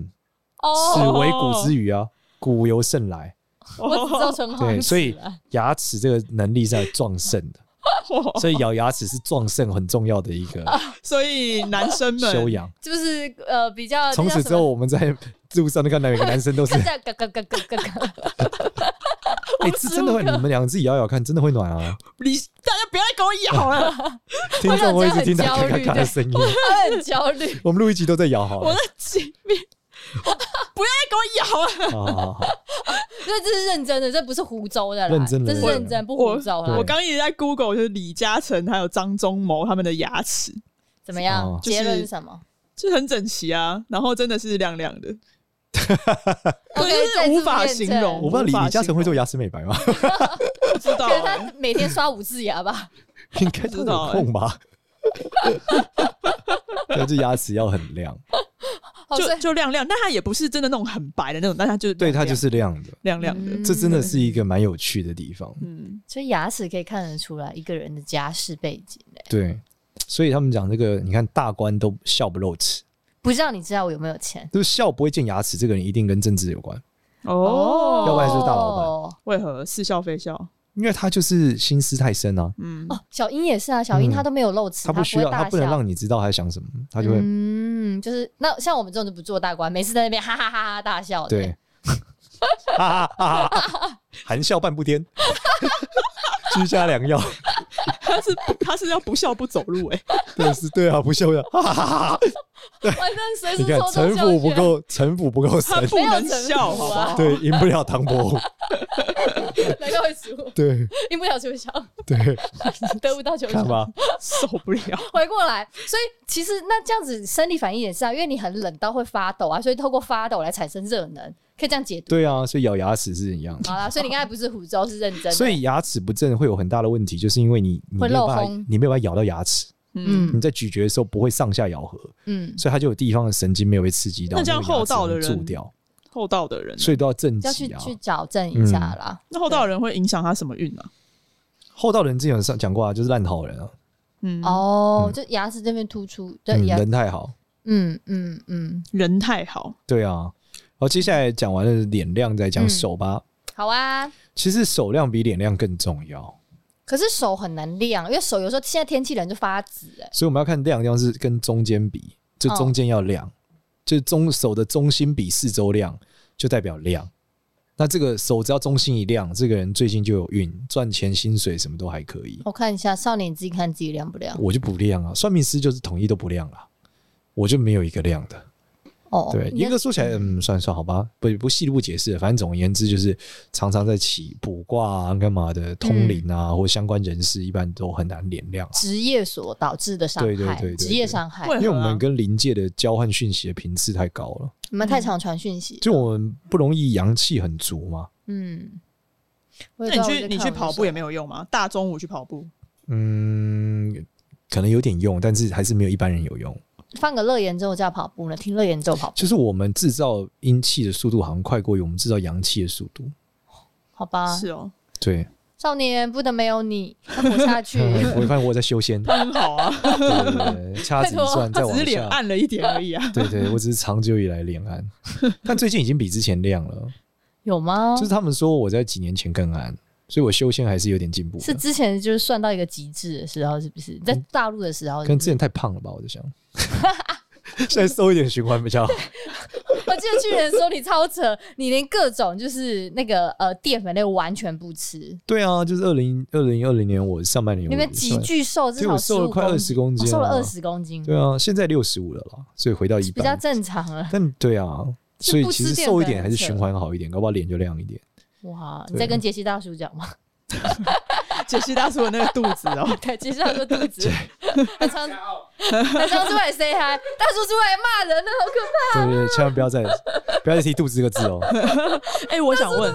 S4: 哦，
S1: 此为骨之语啊，骨由肾来，
S2: 哦
S4: 我只知道唇红
S1: 对，
S4: 齿
S1: 所以
S4: 了
S1: 牙齿这个能力是在壮肾的，所以咬牙齿是壮肾很重要的一个
S2: 所以男生们
S1: 修养。
S4: 就是呃比较
S1: 从此之后，，我们在路上都看到每个男生都 是，
S4: 那叫嘎嘎嘎嘎嘎嘎，
S1: 哎，这真的会，你们两个自己咬咬看，真的会暖啊！
S2: 你大家不要再给我咬 了，
S1: 听众会一直听到
S4: 我
S1: 咔
S4: 想这样很焦虑
S1: 咔咔的声音，
S4: 他 很焦虑。
S1: 我们录一集都在咬好
S2: 我
S1: 了
S2: 的，前面，不要再给我咬了。
S1: 啊好好好。
S4: 所以这是认真的，这不是胡诌的啦，
S1: 认真的
S4: 这是
S1: 认真
S4: 认真不
S2: 我
S4: 胡诌啊
S1: 对
S2: 我
S4: 啦。
S2: 刚一直在 Google，就是李嘉诚还有张忠谋他们的牙齿，
S4: 怎么样
S1: 哦？
S2: 就
S4: 结
S2: 是
S4: 论是什么？
S2: 就很整齐啊，然后真的是亮亮的，
S4: OK，
S2: 对就是
S4: 哦再次
S2: 无法
S4: 验
S2: 形
S4: 证
S2: 容
S1: 我不知道李
S2: 无法
S1: 李嘉
S2: 形
S1: 诚
S2: 容
S1: 会做牙齿美白吗？
S2: 不知道
S4: 可是
S2: 欸、
S4: 他每天刷五次牙吧？
S1: 应该都有空吧？但是牙齿要很亮，
S4: 哦，所
S2: 就
S4: 以
S2: 就亮亮，但它也不是真的那种很白的那种，但它就
S1: 对，它
S2: 亮
S1: 就是亮的。
S2: 亮亮的，
S4: 嗯
S1: 这真的是一个蛮有趣的地方，
S2: 嗯，
S4: 所以牙齿可以看得出来一个人的家世背景、欸，
S1: 对。所以他们讲这个，你看大官都笑不露齿，
S4: 不知道你知道我有没有钱？
S1: 就是笑不会见牙齿，这个人一定跟政治有关，
S2: 哦，
S1: 要不然是大老
S4: 板。
S2: 为何似笑非笑？
S1: 因为他就是心思太深啊，
S2: 嗯，
S4: 哦，小英也是啊，小英
S1: 嗯
S4: 她都没有露齿，
S1: 他不需要，
S4: 她
S1: 他
S4: 会
S1: 不
S4: 大
S1: 能
S4: 笑。
S1: 让你知道他在想什么，他就会
S4: 嗯，就是那像我们这种就不做大官，每次在那边哈哈哈哈大笑的、
S1: 对， 哈哈哈哈，含笑半步癫， 居家良药，
S2: 他是不他是要不笑不走路哎、
S1: 对是，对啊，不笑呀，哈哈哈 哈。
S4: 晚上随时
S1: 你看
S4: 抽中
S1: 城
S4: 校
S1: 府不
S4: 学。
S1: 够，城府不够
S2: 他
S1: 深，
S2: 不
S4: 没有
S2: 能
S4: 城府
S2: 笑，好不
S4: 啊
S2: 好？
S1: 对，赢不了唐 伯虎，
S4: 难怪会输，
S1: 对
S4: 赢不了球场，
S1: 对，
S4: 得不到球
S1: 看
S4: 场。
S1: 吧，
S2: 受不了。
S4: 回过来，所以其实那这样子生理反应也是啊，因为你很冷到会发抖啊，所以透过发抖来产生热能，可以这样解读。
S1: 对啊，所以咬牙齿是一样的。
S4: 好啦，所以你刚才不是胡诌，是认真的。
S1: 所以牙齿不正会有很大的问题，就是因为你你
S4: 会
S1: 没有
S4: 漏
S1: 办
S4: 风
S1: 法，你没有办法咬到牙齿，
S2: 嗯，
S4: 嗯
S1: 你在咀嚼的时候不会上下咬合，
S4: 嗯，
S1: 所以它就有地方的神经没有被刺激到，
S2: 那这样
S1: 个牙齿
S2: 厚道的
S1: 会
S2: 人
S1: 蛀掉，
S2: 厚道的人，
S1: 所以都要正
S4: 要去
S1: 极啊。嗯
S4: 去矫正一下啦。
S2: 那厚道的人会影响他什么运啊？
S1: 厚道的人之前有上讲过啊，就是烂好人啊，
S2: 嗯，
S4: 哦，就牙齿这边突出，对
S1: 嗯，
S4: 牙，
S1: 人太好，
S4: 嗯嗯嗯，
S2: 人太好，
S1: 对啊。好，接下来讲完了脸量，再讲
S4: 嗯
S1: 手吧。
S4: 好啊。
S1: 其实手量比脸量更重要。
S4: 可是手很难亮，因为手有时候现在天气冷就发紫哎、
S1: 所以我们要看量，量是跟中间比，就中间要
S4: 哦
S1: 量，就是中手的中心比四周量，就代表量。那这个手只要中心一亮，这个人最近就有运，赚钱、薪水什么都还可以。
S4: 我看一下，少年你自己看自己亮不亮？
S1: 我就不亮啊，算命师就是统一都不亮啊，我就没有一个亮的。
S4: 哦，
S1: 对，
S4: 应该
S1: 严格说起来，嗯，算算好吧，不不细入解释，反正总而言之就是常常在起卜卦啊、干嘛的通灵啊，或相关人士，一般都很难连量啊。
S4: 职业所导致的伤害，
S1: 对对对对
S4: 职业伤害
S2: 会，
S1: 因为我们跟灵界的交换讯息的频次太高了，
S4: 你们太常传讯
S2: 啊
S4: 息，
S1: 就我们不容易阳气很足嘛。
S4: 嗯。我也
S2: 那
S4: 不知
S2: 你
S4: 道
S2: 去你去跑步也没
S4: 有，
S2: 有用吗？大中午去跑步，
S1: 嗯，可能有点用，但是还是没有一般人有用。
S4: 放个乐演之后叫跑步呢，听乐演之后跑步，
S1: 就是我们制造阴气的速度好像快过于我们制造阳气的速度。
S4: 好吧？
S2: 是哦，
S1: 对，
S4: 少年不能没有你，要活下 去。
S1: 我发现我在 修仙，对
S2: 很好啊，
S1: 对对对掐指一算再
S2: 他只
S1: 往
S2: 是脸
S1: 下。
S2: 暗了一点而已啊。
S1: 对对，我只是长久以来脸暗，但最近已经比之前亮
S2: 嗯
S1: 了。
S4: 有吗
S1: 就？是他们说我在几年前更暗，所以我修仙还是有点进步的。嗯
S4: 是之前就是算到一个极致的时候，是不是？在大陆的时候
S1: 可
S4: 是
S1: 能
S4: 不
S1: 之
S4: 是，
S1: 前太胖了吧，我在想。 现在瘦一点循环比 较好。
S4: 我记得去年的时候你超扯，你连各种就是那个呃淀粉类完全不吃，
S1: 对啊，就是二零二零二零年我上半年
S4: 你
S1: 我
S4: 们急剧瘦，至
S1: 所以我
S4: 少
S1: 瘦了
S4: 15
S1: 快
S4: 公
S1: 二
S4: 斤
S1: 十公
S4: 我
S1: 斤、啊，
S4: 瘦了二。十公斤，
S1: 对啊，现在六十五了啦，所以回到一
S4: 比较
S1: 般。
S4: 正常了。
S1: 但对啊，
S4: 是
S1: 所以
S4: 不
S1: 其
S4: 吃
S1: 实
S4: 淀
S1: 瘦一
S4: 粉
S1: 点还
S4: 很
S1: 是循
S4: 扯
S1: 环好一点，搞不好脸就亮一点。
S4: 哇，
S1: 对
S4: 你在跟杰西大叔讲吗？
S2: 解析大叔的那个肚子哦，
S4: 对，杰西大叔的肚子，他常他常出来 say hi，大叔出来骂人了，好可
S1: 对对对，千万不要再 不要再提肚子这个字哦。
S2: 哎、我想问，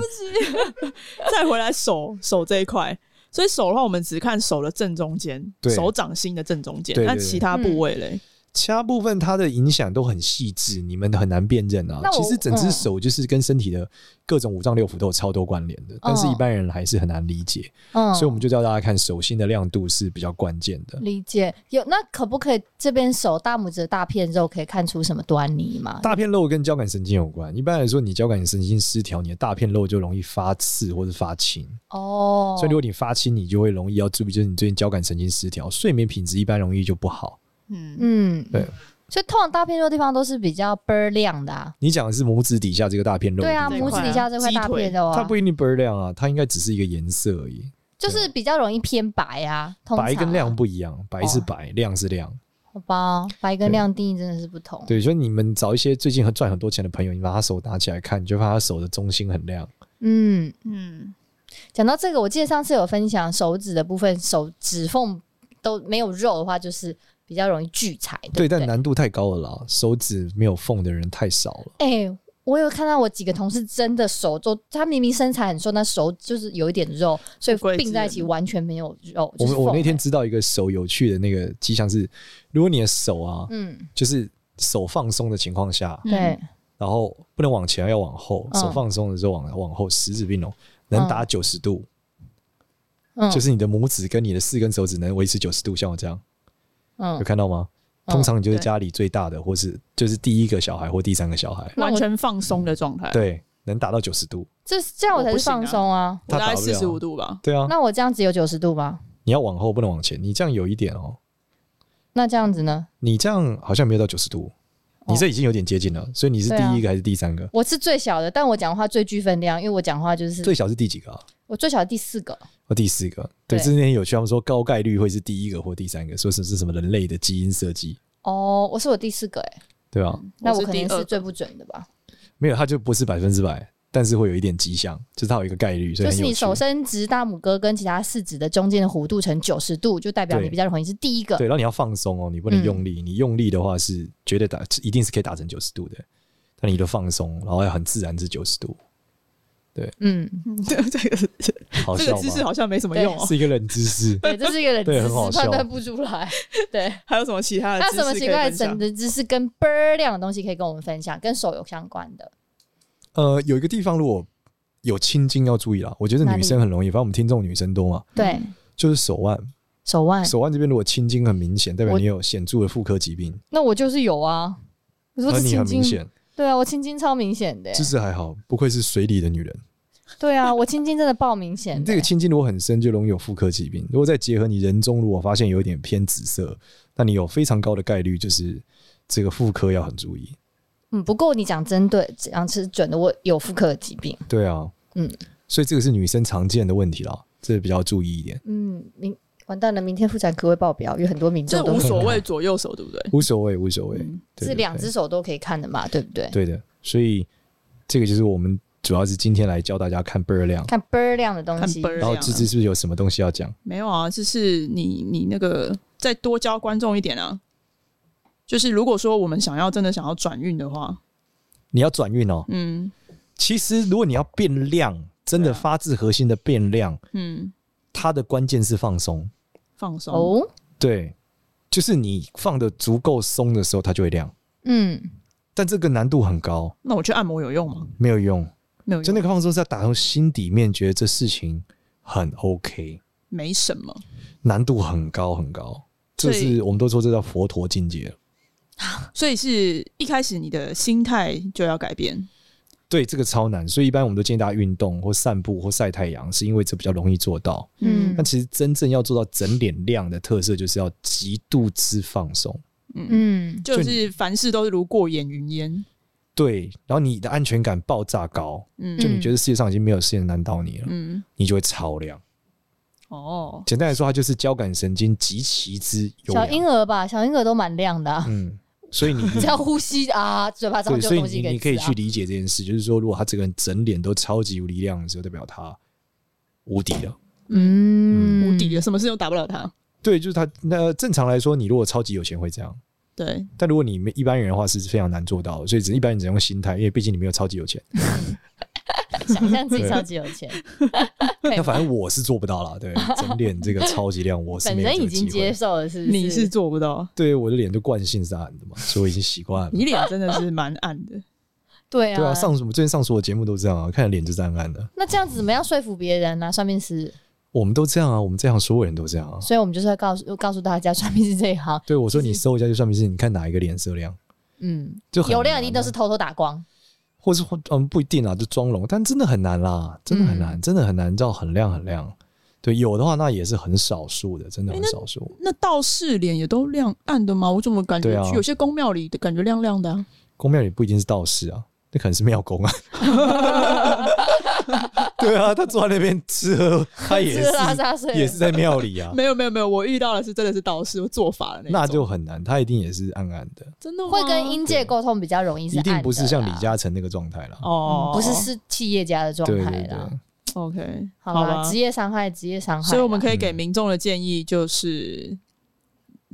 S2: 再回来手手这一块，所以手的话，我们只看手的正中间，
S1: 对
S2: 手掌心的正中间，
S1: 对对
S2: 那
S1: 对
S2: 其他部位嘞？
S1: 其他部分它的影响都很细致，你们很难辨认啊
S4: 那。我
S1: 其实整只
S4: 嗯
S1: 手就是跟身体的各种五脏六腑都有超多关联的，但
S4: 嗯
S1: 是一般人还是很难理解，
S4: 怕。
S1: 所以我们就叫大家看手心的亮度是比较关键的。
S4: 嗯理解有那可不可以这边手大拇指的大片肉可以看出什么端倪吗？
S1: 大片肉跟交感神经有关，一般来说，你交感神经失调，你的大片肉就容易发刺或者发青。
S4: 哦，
S1: 所以如果你发青，你就会容易要注意，就是你最近交感神经失调，睡眠品质一般容易就不好。
S2: 嗯，
S4: 嗯，
S1: 对，
S4: 所以通常大片肉地方都是比较倍儿亮的、啊，
S1: 你讲的是拇指底下这个大片肉的
S4: 对
S1: 地
S4: 啊，
S1: 方，
S2: 这一块
S4: 拇
S2: 啊
S4: 指底下这块
S2: 鸡
S4: 大
S2: 腿
S4: 片肉啊，
S1: 它不一定倍儿亮啊，它应该只是一个颜色而已。
S4: 就是比较容易偏白啊，通常啊哦
S1: 白跟亮不一样，白是白，亮是亮。
S4: 好吧，白跟
S1: 对
S4: 亮定义真的是不同。
S1: 对，所以你们找一些最近很赚很多钱的朋友，你把他手拿起来看，你就发现他手的中心很亮。
S4: 嗯，
S2: 嗯，
S4: 讲到这个，我记得上次有分享手指的部分，手指缝都没有肉的话，就是比较容易聚财，
S1: 对，
S4: 不对
S1: 但难度太高了啦，手指没有缝的人太少了。
S4: 哎、我有看到我几个同事真的手都，他明明身材很瘦，但手就是有一点肉，所以
S2: 不归之
S4: 并在一起完全没有肉。
S1: 我
S4: 就是
S1: 们啊我
S4: 缝
S1: 那天
S4: 欸
S1: 知道一个手有趣的那个迹象是，如果你的手啊，
S4: 嗯，
S1: 就是手放松的情况下，
S2: 嗯
S4: 对，
S1: 然后不能往前，要往后，
S4: 嗯
S1: 手放松的时候往往后，十指并拢，能打九十度，
S4: 嗯，
S1: 就是你的拇指跟你的四根手指能维持九十度，像我这样，有
S4: 嗯，
S1: 看到吗？
S4: 嗯
S1: 通常你就是
S2: 对
S1: 家里最大的，或是就是第一个小孩或第三个小孩，
S4: 那
S2: 嗯
S4: 我
S2: 完全放松的状态，，
S4: 嗯
S1: 对，能达到九十度，
S4: 这这样我才
S2: 我不
S4: 是
S2: 行啊
S4: 放松啊。
S2: 我大概
S1: 他打不
S2: 四
S1: 了
S2: 十五度吧。
S1: 对啊，
S4: 那我这样只有九十度吗？
S1: 你要往后不能往前，你这样有一点哦，
S4: 那这样子呢？
S1: 你这样好像没有到九十度，你这已经有点接近了，所以你是
S4: 对啊
S1: 第一个还是第三个？
S4: 我是最小的，但我讲话最具分量，因为我讲话就是
S1: 最小是第几个啊？
S4: 我最小的第四个。
S1: 哦，第四个，
S4: 对
S1: 对，这是那天有趣，他们说高概率会是第一个或第三个，说是是什么人类的基因设计，
S4: 哦，我是我第四个哎、
S1: 对吧？
S4: 那我
S2: 是
S4: 可
S2: 第
S4: 能
S2: 二
S4: 是
S2: 个
S4: 最不准的吧？
S1: 没有，它就不是百分之百，但是会有一点迹象，就是它有一个概率，所以
S4: 就
S1: 很
S4: 是
S1: 有
S4: 你
S1: 趣
S4: 手。伸直大拇哥跟其他四指的中间的弧度成九十度，就代表
S1: 对
S4: 你比较容易是第一个。
S1: 对，然后你要放松哦，你不能用
S4: 嗯
S1: 力，你用力的话是绝对打，一定是可以打成九十度的，但你的放松，然后要很自然是九十度，
S4: 嗯，，
S2: 这个这
S1: 好笑
S2: 个姿势
S1: 吗？
S2: 好像没什么用哦。
S1: 是一个冷知识
S4: 对，这是一个冷
S1: 对
S4: 知
S1: 很好
S4: 识，
S1: 笑
S4: 判断不出来。对，
S2: 还有什么其他的
S4: 那
S2: 姿
S4: 什么
S2: 势可
S4: 奇
S2: 以
S4: 怪
S2: 分
S4: 的
S2: 享
S4: 神？的知识跟倍儿亮的东西可以跟我们分享，跟手有相关的？
S1: 呃，有一个地方如果有青筋要注意啦，我觉得
S4: 哪里
S1: 女生很容易，反正我们听众女生多嘛，
S4: 对，
S2: 嗯
S1: 就是手腕，
S4: 手腕。
S1: 手腕这边如果青筋很明显，代表
S4: 哎我
S1: 你有显著的妇科疾病，
S4: 那我就是有啊，我说
S1: 那
S4: 这
S1: 你
S4: 青
S1: 很明
S4: 筋，
S1: 显。
S4: 对啊，我青筋超明显的欸、
S1: 姿势还好，不愧是水里的女人。
S4: 对啊，我青筋真的爆明显
S1: 你
S4: 的
S1: 这
S4: 欸、
S1: 个青筋如果很深，就容易有妇科疾病。如果再结合你人中，如果发现有一点偏紫色，那你有非常高的概率就是这个妇科要很注意。
S4: 嗯，不过你讲真对，讲是准的，我有妇科疾病。
S1: 对啊，
S4: 嗯，
S1: 所以这个是女生常见的问题啦，这比较注意一点。
S4: 嗯，你完蛋了，明天妇产科会爆表，有很多民
S2: 这
S4: 众都
S2: 无所谓左右手，对不对？嗯
S1: 无所谓，无所谓，对
S4: 嗯是
S1: 对
S4: 两
S1: 对
S4: 只手都可以看的嘛，对不对？
S1: 对的，所以这个就是我们主要是今天来教大家看倍儿量，
S4: 看倍儿亮的东
S2: 看
S4: 西
S2: 倍，儿
S1: 然后芝芝是不是有什么东西要讲？
S2: 没有啊，就是你你那个再多教观众一点啊。就是如果说我们想要真的想要转运的话，
S1: 你要转运哦。
S2: 嗯
S1: 其实如果你要变量，真的
S2: 对啊
S1: 发自核心的变量，
S2: 嗯，
S1: 它的关键是放松。
S2: 放松。
S4: 哦，
S1: 对，就是你放的足够松的时候，它就会亮。
S4: 嗯，
S1: 但这个难度很高，
S2: 那我去按摩有用吗？
S1: 没有用。
S2: 没有用，
S1: 就那个放松是要打从心底面觉得这事情很 OK，
S2: 没什么。
S1: 难度很高很高。这
S2: 所以
S1: 是我们都说这叫佛陀境界了。
S2: 所以是一开始你的心态就要改变。
S1: 对，这个超难，所以一般我们都建议大家运动或散步或晒太阳，是因为这比较容易做到。
S4: 嗯
S1: 但其实真正要做到整脸亮的特色，就是要极度之放松。
S4: 嗯，
S2: 就是凡事都是如过眼云烟。
S1: 对，然后你的安全感爆炸高，
S2: 嗯，
S1: 就你觉得世界上已经没有事情难到你了，
S2: 嗯，
S1: 你就会超亮。
S2: 哦，
S1: 简单来说，它就是交感神经极其之有
S4: 小啊婴
S1: 氧。
S4: 儿吧，小婴儿都蛮亮 的啊、
S1: 嗯，所以你
S4: 只要呼吸啊，嘴巴上
S1: 对，
S4: 就
S1: 所
S4: 有
S1: 以
S4: 东西
S1: 你
S4: 给
S1: 你可以
S4: 吃啊
S1: 去理解这件事，就是说，如果他这个人整脸都超级无力量的时候，代表他无敌了。
S4: 嗯，
S2: 无敌了，什么事都打不了他。
S1: 对，就是他。那正常来说，你如果超级有钱会这样，
S2: 对，
S1: 但如果你们一般人的话是非常难做到的，所以只一般人只能用心态，因为毕竟你没有超级有钱。
S4: 想象自己超级有 钱，对
S1: 那反正我是做不到啦，对，整脸这个超级亮，我是
S4: 本
S1: 没有
S4: 人
S1: 这个
S4: 已经
S1: 机
S4: 接
S1: 会。
S4: 受了，是不是？
S2: 你是做不到，
S1: 对，我的脸就惯性是暗的嘛，所以我已经习惯了。
S2: 你脸真的是蛮暗的。
S4: 对
S1: 对啊，上什么最近上所有节目都这样啊，看着脸就是暗暗的。
S4: 那这样子怎么样说服别人呢、算命师，
S1: 我们都这样啊，我们这行所有人都这样啊。
S4: 所以我们就是要告诉告诉大家，算命师这一行，
S1: 对，我说你搜一下就算命师，你看哪一个脸色亮，
S4: 嗯，
S1: 就很
S4: 有
S1: 难
S4: 量一定
S1: 啊
S4: 都是偷偷打光，
S1: 或是嗯不一定啊，就妆容，但真的很难啦，真的很难，
S4: 嗯
S1: 真的很难到很亮很亮。对，有的话那也是很少数的，真的很少数。
S2: 那道士脸也都亮暗的吗？我怎么感觉
S1: 对啊
S2: 有些宫庙里的感觉亮亮的啊？
S1: 宫庙也不一定是道士啊，那可能是 庙公啊。对啊，他坐在那边吃喝，他也
S4: 吃
S1: 是
S4: 喝拉撒睡
S1: 也是在庙里啊，
S2: 没有没有没有，我遇到的是真的是道士，我做法了那种
S1: 那就很难，他一定也是暗暗的，
S2: 真的吗
S4: 会跟阴界沟通比较容易，
S1: 一定不是
S4: 暗的
S1: 像
S4: 啦
S1: 李嘉诚那个状态啦。
S2: 哦
S4: 嗯，不是是企业家的状
S1: 对
S4: 态
S1: 对对，
S4: 啦。
S2: OK
S4: 好
S2: 吧
S4: 啦，职业伤害，职业伤害啦。
S2: 所以我们可以给
S1: 嗯
S2: 民众的建议就是，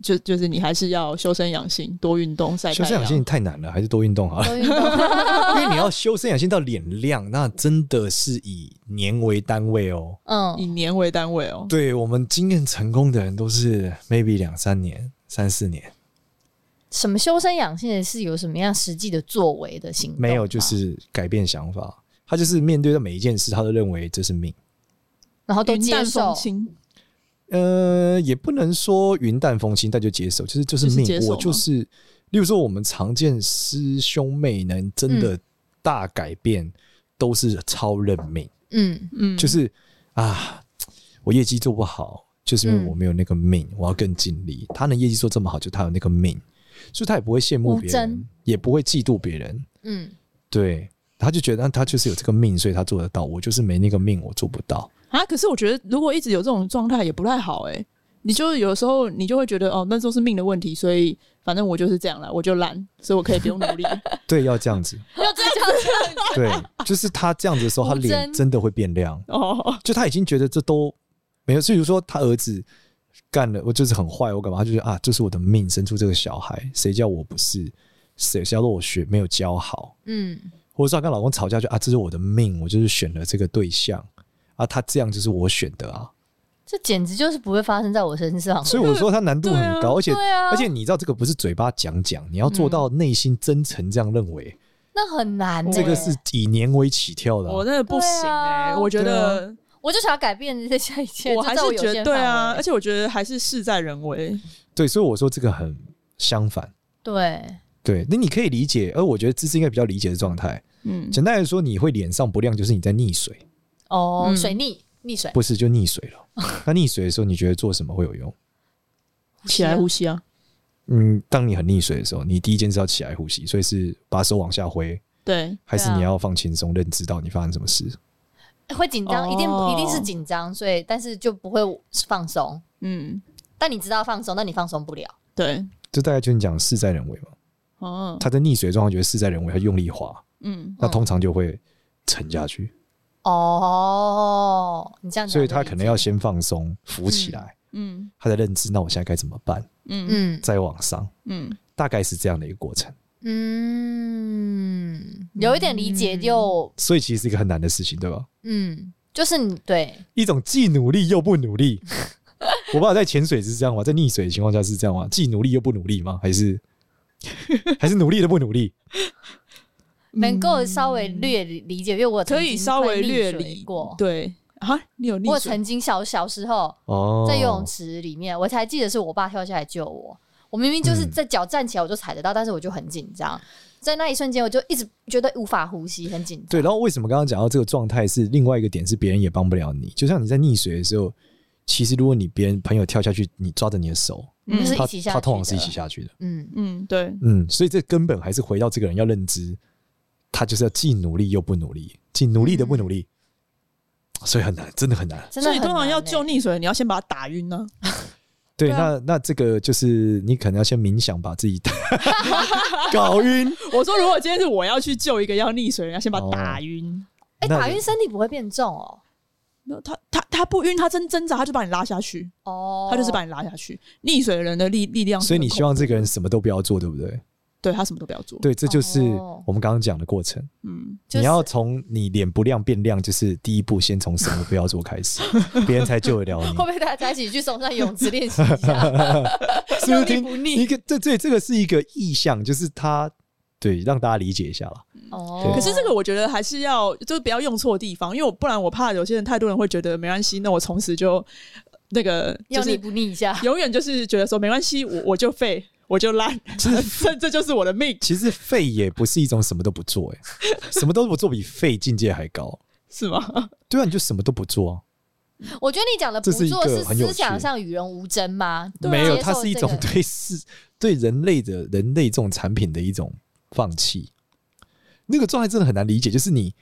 S2: 就就是你还是要修身养性，多运动，晒太
S1: 修
S2: 阳。
S1: 身养
S4: 哦
S1: 性太难了，还是多运动好了。
S4: 多运动
S1: 因为你要修身养性到脸亮，那真的是以年为单位哦。
S2: 以
S4: 嗯，
S2: 年为单位哦。
S1: 对我们经验成功的人都是 maybe 两三年、三四年，
S4: 什么修身养性是有什么样实际的作为的行动啊吗？
S1: 没有就是改变想法。他就是面对到每一件事，他都认为这是命。
S4: 然后都
S2: 云
S4: 接
S2: 淡风
S4: 受，
S2: 轻，
S1: 呃，也不能说云淡风轻，但就接受，就是就是
S2: 就是
S1: 命。
S2: 接受
S1: 我
S2: 吗
S1: 就是，例如说我们常见师兄妹能真的大改变，都是超认命。
S4: 嗯
S2: 嗯，
S1: 就是啊，我业绩做不好，就是因为
S4: 嗯
S1: 我没有那个命，我要更尽力。他能业绩做这么好，就他有那个命，所以他也不会羡慕
S4: 无
S1: 别
S4: 争
S1: 人，也不会嫉妒别人。
S4: 嗯，
S1: 对，他就觉得啊他就是有这个命，所以他做得到。我就是没那个命，我做不到。
S2: 啊，可是我觉得如果一直有这种状态也不太好哎、你就有时候你就会觉得哦，那都是命的问题，所以反正我就是这样了，我就懒，所以我可以不用努力。
S1: 对，要这样子。
S4: 要这样，
S1: 对，就是他这样子的时候，他
S4: 无
S1: 脸
S4: 争
S1: 真的会变亮。
S2: 哦，
S1: 就他已经觉得这都没有，所以说他儿子干了，我就是很坏，我干嘛？他就觉得啊，这是我的命，生出这个小孩，谁叫我不是，谁叫我学没有教好，
S4: 嗯
S1: 或者说她跟老公吵架就啊，这是我的命，我就是选了这个对象啊，他这样就是我选的啊，
S4: 这简直就是不会发生在我身上。
S1: 所以我说他难度很
S2: 对
S1: 高，而且、
S4: 对啊，嗯
S1: 而且你知道这个不是嘴巴讲讲，你要做到内心真诚这样认为，
S4: 那很难欸。
S1: 这个是以年为起跳的啊、
S2: 我真的不行哎、
S4: 对啊
S2: 我觉得
S4: 我就想要改变这些一切，
S2: 我还是
S4: 就在有
S2: 觉得
S4: 限
S2: 对
S4: 范
S2: 啊，
S4: 围
S2: 而且我觉得还是事在人为。
S1: 对，所以我说这个很相反。
S4: 对，
S1: 对，那你可以理解，而我觉得这是应该比较理解的状态。
S2: 嗯，
S1: 简单来说，你会脸上不亮，就是你在溺水，
S4: 哦，
S2: 嗯
S4: 水逆逆水，
S1: 不是就溺水了。那溺水的时候，你觉得做什么会有用？
S2: 起来呼吸啊，
S1: 嗯，当你很溺水的时候，你第一件事要起来呼吸，所以是把手往下挥，
S2: 对，
S1: 还是
S4: 对啊
S1: 你要放轻松，认知到你发生什么事？
S4: 会紧张，一定
S2: 哦
S4: 一定是紧张，所以但是就不会放松。
S2: 嗯，
S4: 但你知道放松，但你放松不了。
S2: 对，
S1: 这大概就是你讲事在人为嘛。
S2: 哦，
S1: 他在溺水的状况，觉得事在人为，他用力划，
S2: 嗯，
S1: 那通常就会沉下去。
S4: 哦，你这样讲
S1: 所以
S4: 就
S1: 他
S4: 理
S1: 可
S4: 解
S1: 能要先放松，浮起来，
S2: 嗯，
S1: 他在认知，那我现在该怎么办？
S2: 嗯，
S4: 嗯
S1: 再往上，
S2: 嗯，
S1: 大概是这样的一个过程。
S4: 嗯，有一点理解又
S1: 所以其实是一个很难的事情，对吧？
S4: 嗯，就是你对
S1: 一种既努力又不努力。 我不知道在潜水是这样吗？在溺水的情况下是这样吗？既努力又不努力吗？还 是还是努力的不努力？
S4: 能够稍微略理解，因为我曾
S2: 嗯可
S4: 经
S2: 以稍微略
S4: 会溺水
S2: 理
S4: 过。
S2: 对啊，你有
S4: 我
S2: 溺水
S4: 曾经小小时候
S1: 哦，
S4: 在游泳池里面，我才记得是我爸跳下来救我。我明明就是
S1: 嗯
S4: 在脚站起来我就踩得到，但是我就很紧张，在那一瞬间我就一直觉得无法呼吸，很紧张。
S1: 对，然后为什么刚刚讲到这个状态是另外一个点是别人也帮不了你，就像你在溺水的时候，其实如果你别人朋友跳下去，你抓着你的手，
S4: 你就是
S2: 嗯
S1: 他
S4: 一起下去
S1: 他通常是一
S4: 的
S1: 起下去的，
S4: 嗯，
S2: 嗯，对，
S1: 嗯，所以这根本还是回到这个人要认知，他就是要既努力又不努力，既努力的不努力，嗯所以很难，真的很难。
S4: 真的
S2: 所以
S4: 很
S2: 通常
S4: 难
S2: 要
S4: 欸
S2: 救溺水，你要先把他打晕呢。
S1: 对，
S2: 对啊
S1: 那那这个就是你可能要先冥想，把自己 搞晕。
S4: 欸
S2: 我说，如果今天是我要去救一个要溺水的人，要先把他打晕。
S4: 哎，
S1: 那
S4: 打晕身体不会变重哦。
S2: 那他他他不晕，他真挣扎，他就把你拉下去，
S4: 哦，
S2: 他就是把你拉下去。溺水的人的力力量是
S1: 所
S2: 很
S1: 以
S2: 恐怖的，
S1: 你希望这个人什么都不要做，对不对？
S2: 对他什么都不要做。，
S1: 对，这就是
S4: 哦
S1: 我们刚刚讲的过程。
S2: 嗯，
S4: 就是
S1: 你要从你脸不亮变亮，就是第一步，先从什么不要做开始，别人才救得 了你
S4: 会。不会大家一起去送上泳池练习一 下？
S1: 是不是听
S4: 用力不腻
S1: 一个这这这个是一个意向，就是他对让大家理解一下啦。
S4: 哦
S1: 对，
S2: 可是 这个我觉得还是要，就是不要用错地方，因为我不然我怕有些人太多人会觉得没关系，那我从此就那个就
S4: 用力
S2: 是
S4: 不腻一下？
S2: 永远就是觉得说没关系，我我就废，我就 烂，这这就是我的命，
S1: 其实废也不是一种什么都不 做、欸，什么都不做比废境界还高。
S2: 是吗？
S1: 对啊，你就什么都不做、啊，
S4: 我觉得你讲的不
S1: 这是一
S4: 做
S1: 个
S4: 是
S1: 很有趣
S4: 思想上与人无争吗？
S2: 对啊
S1: 没
S4: 接
S1: 有，
S4: 受
S1: 它是一
S4: 这
S1: 种
S4: 个
S1: 对世对人类的人类这种产品的一种放弃。那个状态真的很难理解，就是你，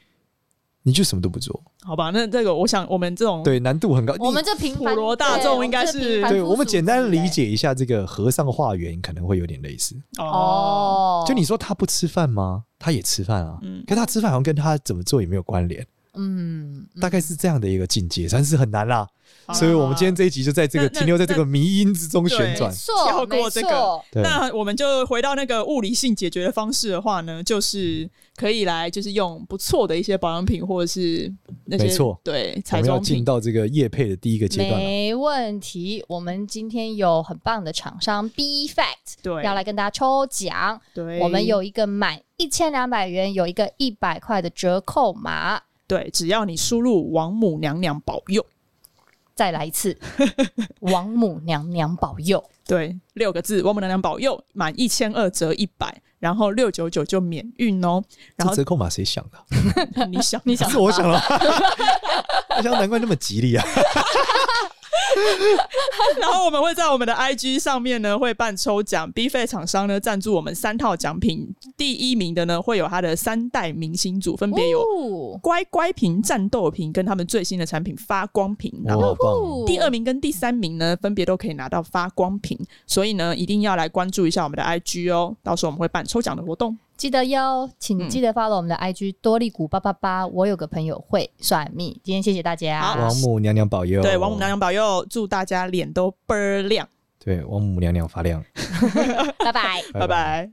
S1: 你就什么都不做，
S2: 好吧，那这个我想我们这种
S1: 对，难度很高。
S4: 我
S1: 你
S4: 们这平凡
S2: 普罗大众应该是
S1: 对我们简单地理。解一下，这个和尚化缘可能会有点类似。
S2: 哦，
S4: 哦，
S1: 就你说他不吃饭吗？他也吃饭啊，
S2: 嗯
S1: 可他吃饭好像跟他怎么做也没有关联，
S4: 嗯，
S1: 大概是这样的一个境界，但是很难啦。
S2: 好啦
S1: 所以我们今天这一集就在这个
S2: 那那
S1: 停留在这个迷因之中旋转
S4: 没。错，
S2: 跳过这个
S4: 没错
S1: 对，
S2: 那我们就回到那个物理性解决的方式的话呢，就是可以来就是用不错的一些保养品或者是那些
S1: 没错
S2: 对
S1: 我
S2: 彩
S1: 们要
S2: 妆
S1: 进
S2: 品，
S1: 到这个叶配的第一个阶段啊了。
S4: 没问题。我们今天有很棒的厂商 B Fact
S2: 对
S4: 要来跟大家抽奖，
S2: 对，
S4: 我们有一个满一千两百元有一个一百块的折扣码，
S2: 对，只要你输入王母娘娘保佑，
S4: 再来 一次，王母娘娘保佑。
S2: 对，六个字王母娘娘保佑，满一千二折一百，然后六九九就免运哦。然
S1: 这
S2: 后
S1: 折扣码谁想的啊？
S2: 你想你想
S1: 是 我想的吗。我想难怪那么吉利啊！
S2: 然后我们会在我们的 IG 上面呢会办抽奖，B 费厂商呢赞助我们三套奖品，第一名的呢会有他的三代明星组，分别有
S4: 哦
S2: 乖乖瓶、战斗瓶跟他们最新的产品发光瓶，然
S1: 哇，
S2: 后。
S1: 好棒哦！
S2: 第二名跟第三名呢，分别都可以拿到发光瓶，所以呢，一定要来关注一下我们的 IG 哦。到时候我们会办抽奖的活动。
S4: 记得哟，请
S2: 嗯
S4: 记得 follow 我们的 IG、多利谷八八八。我有个朋友会算命，今天谢谢大
S2: 好
S4: 家
S1: 王，母娘娘保佑，
S2: 对，王母娘娘保佑，祝大家脸都倍儿亮，
S1: 对王母娘娘发亮，哎
S4: 拜拜。
S2: 拜拜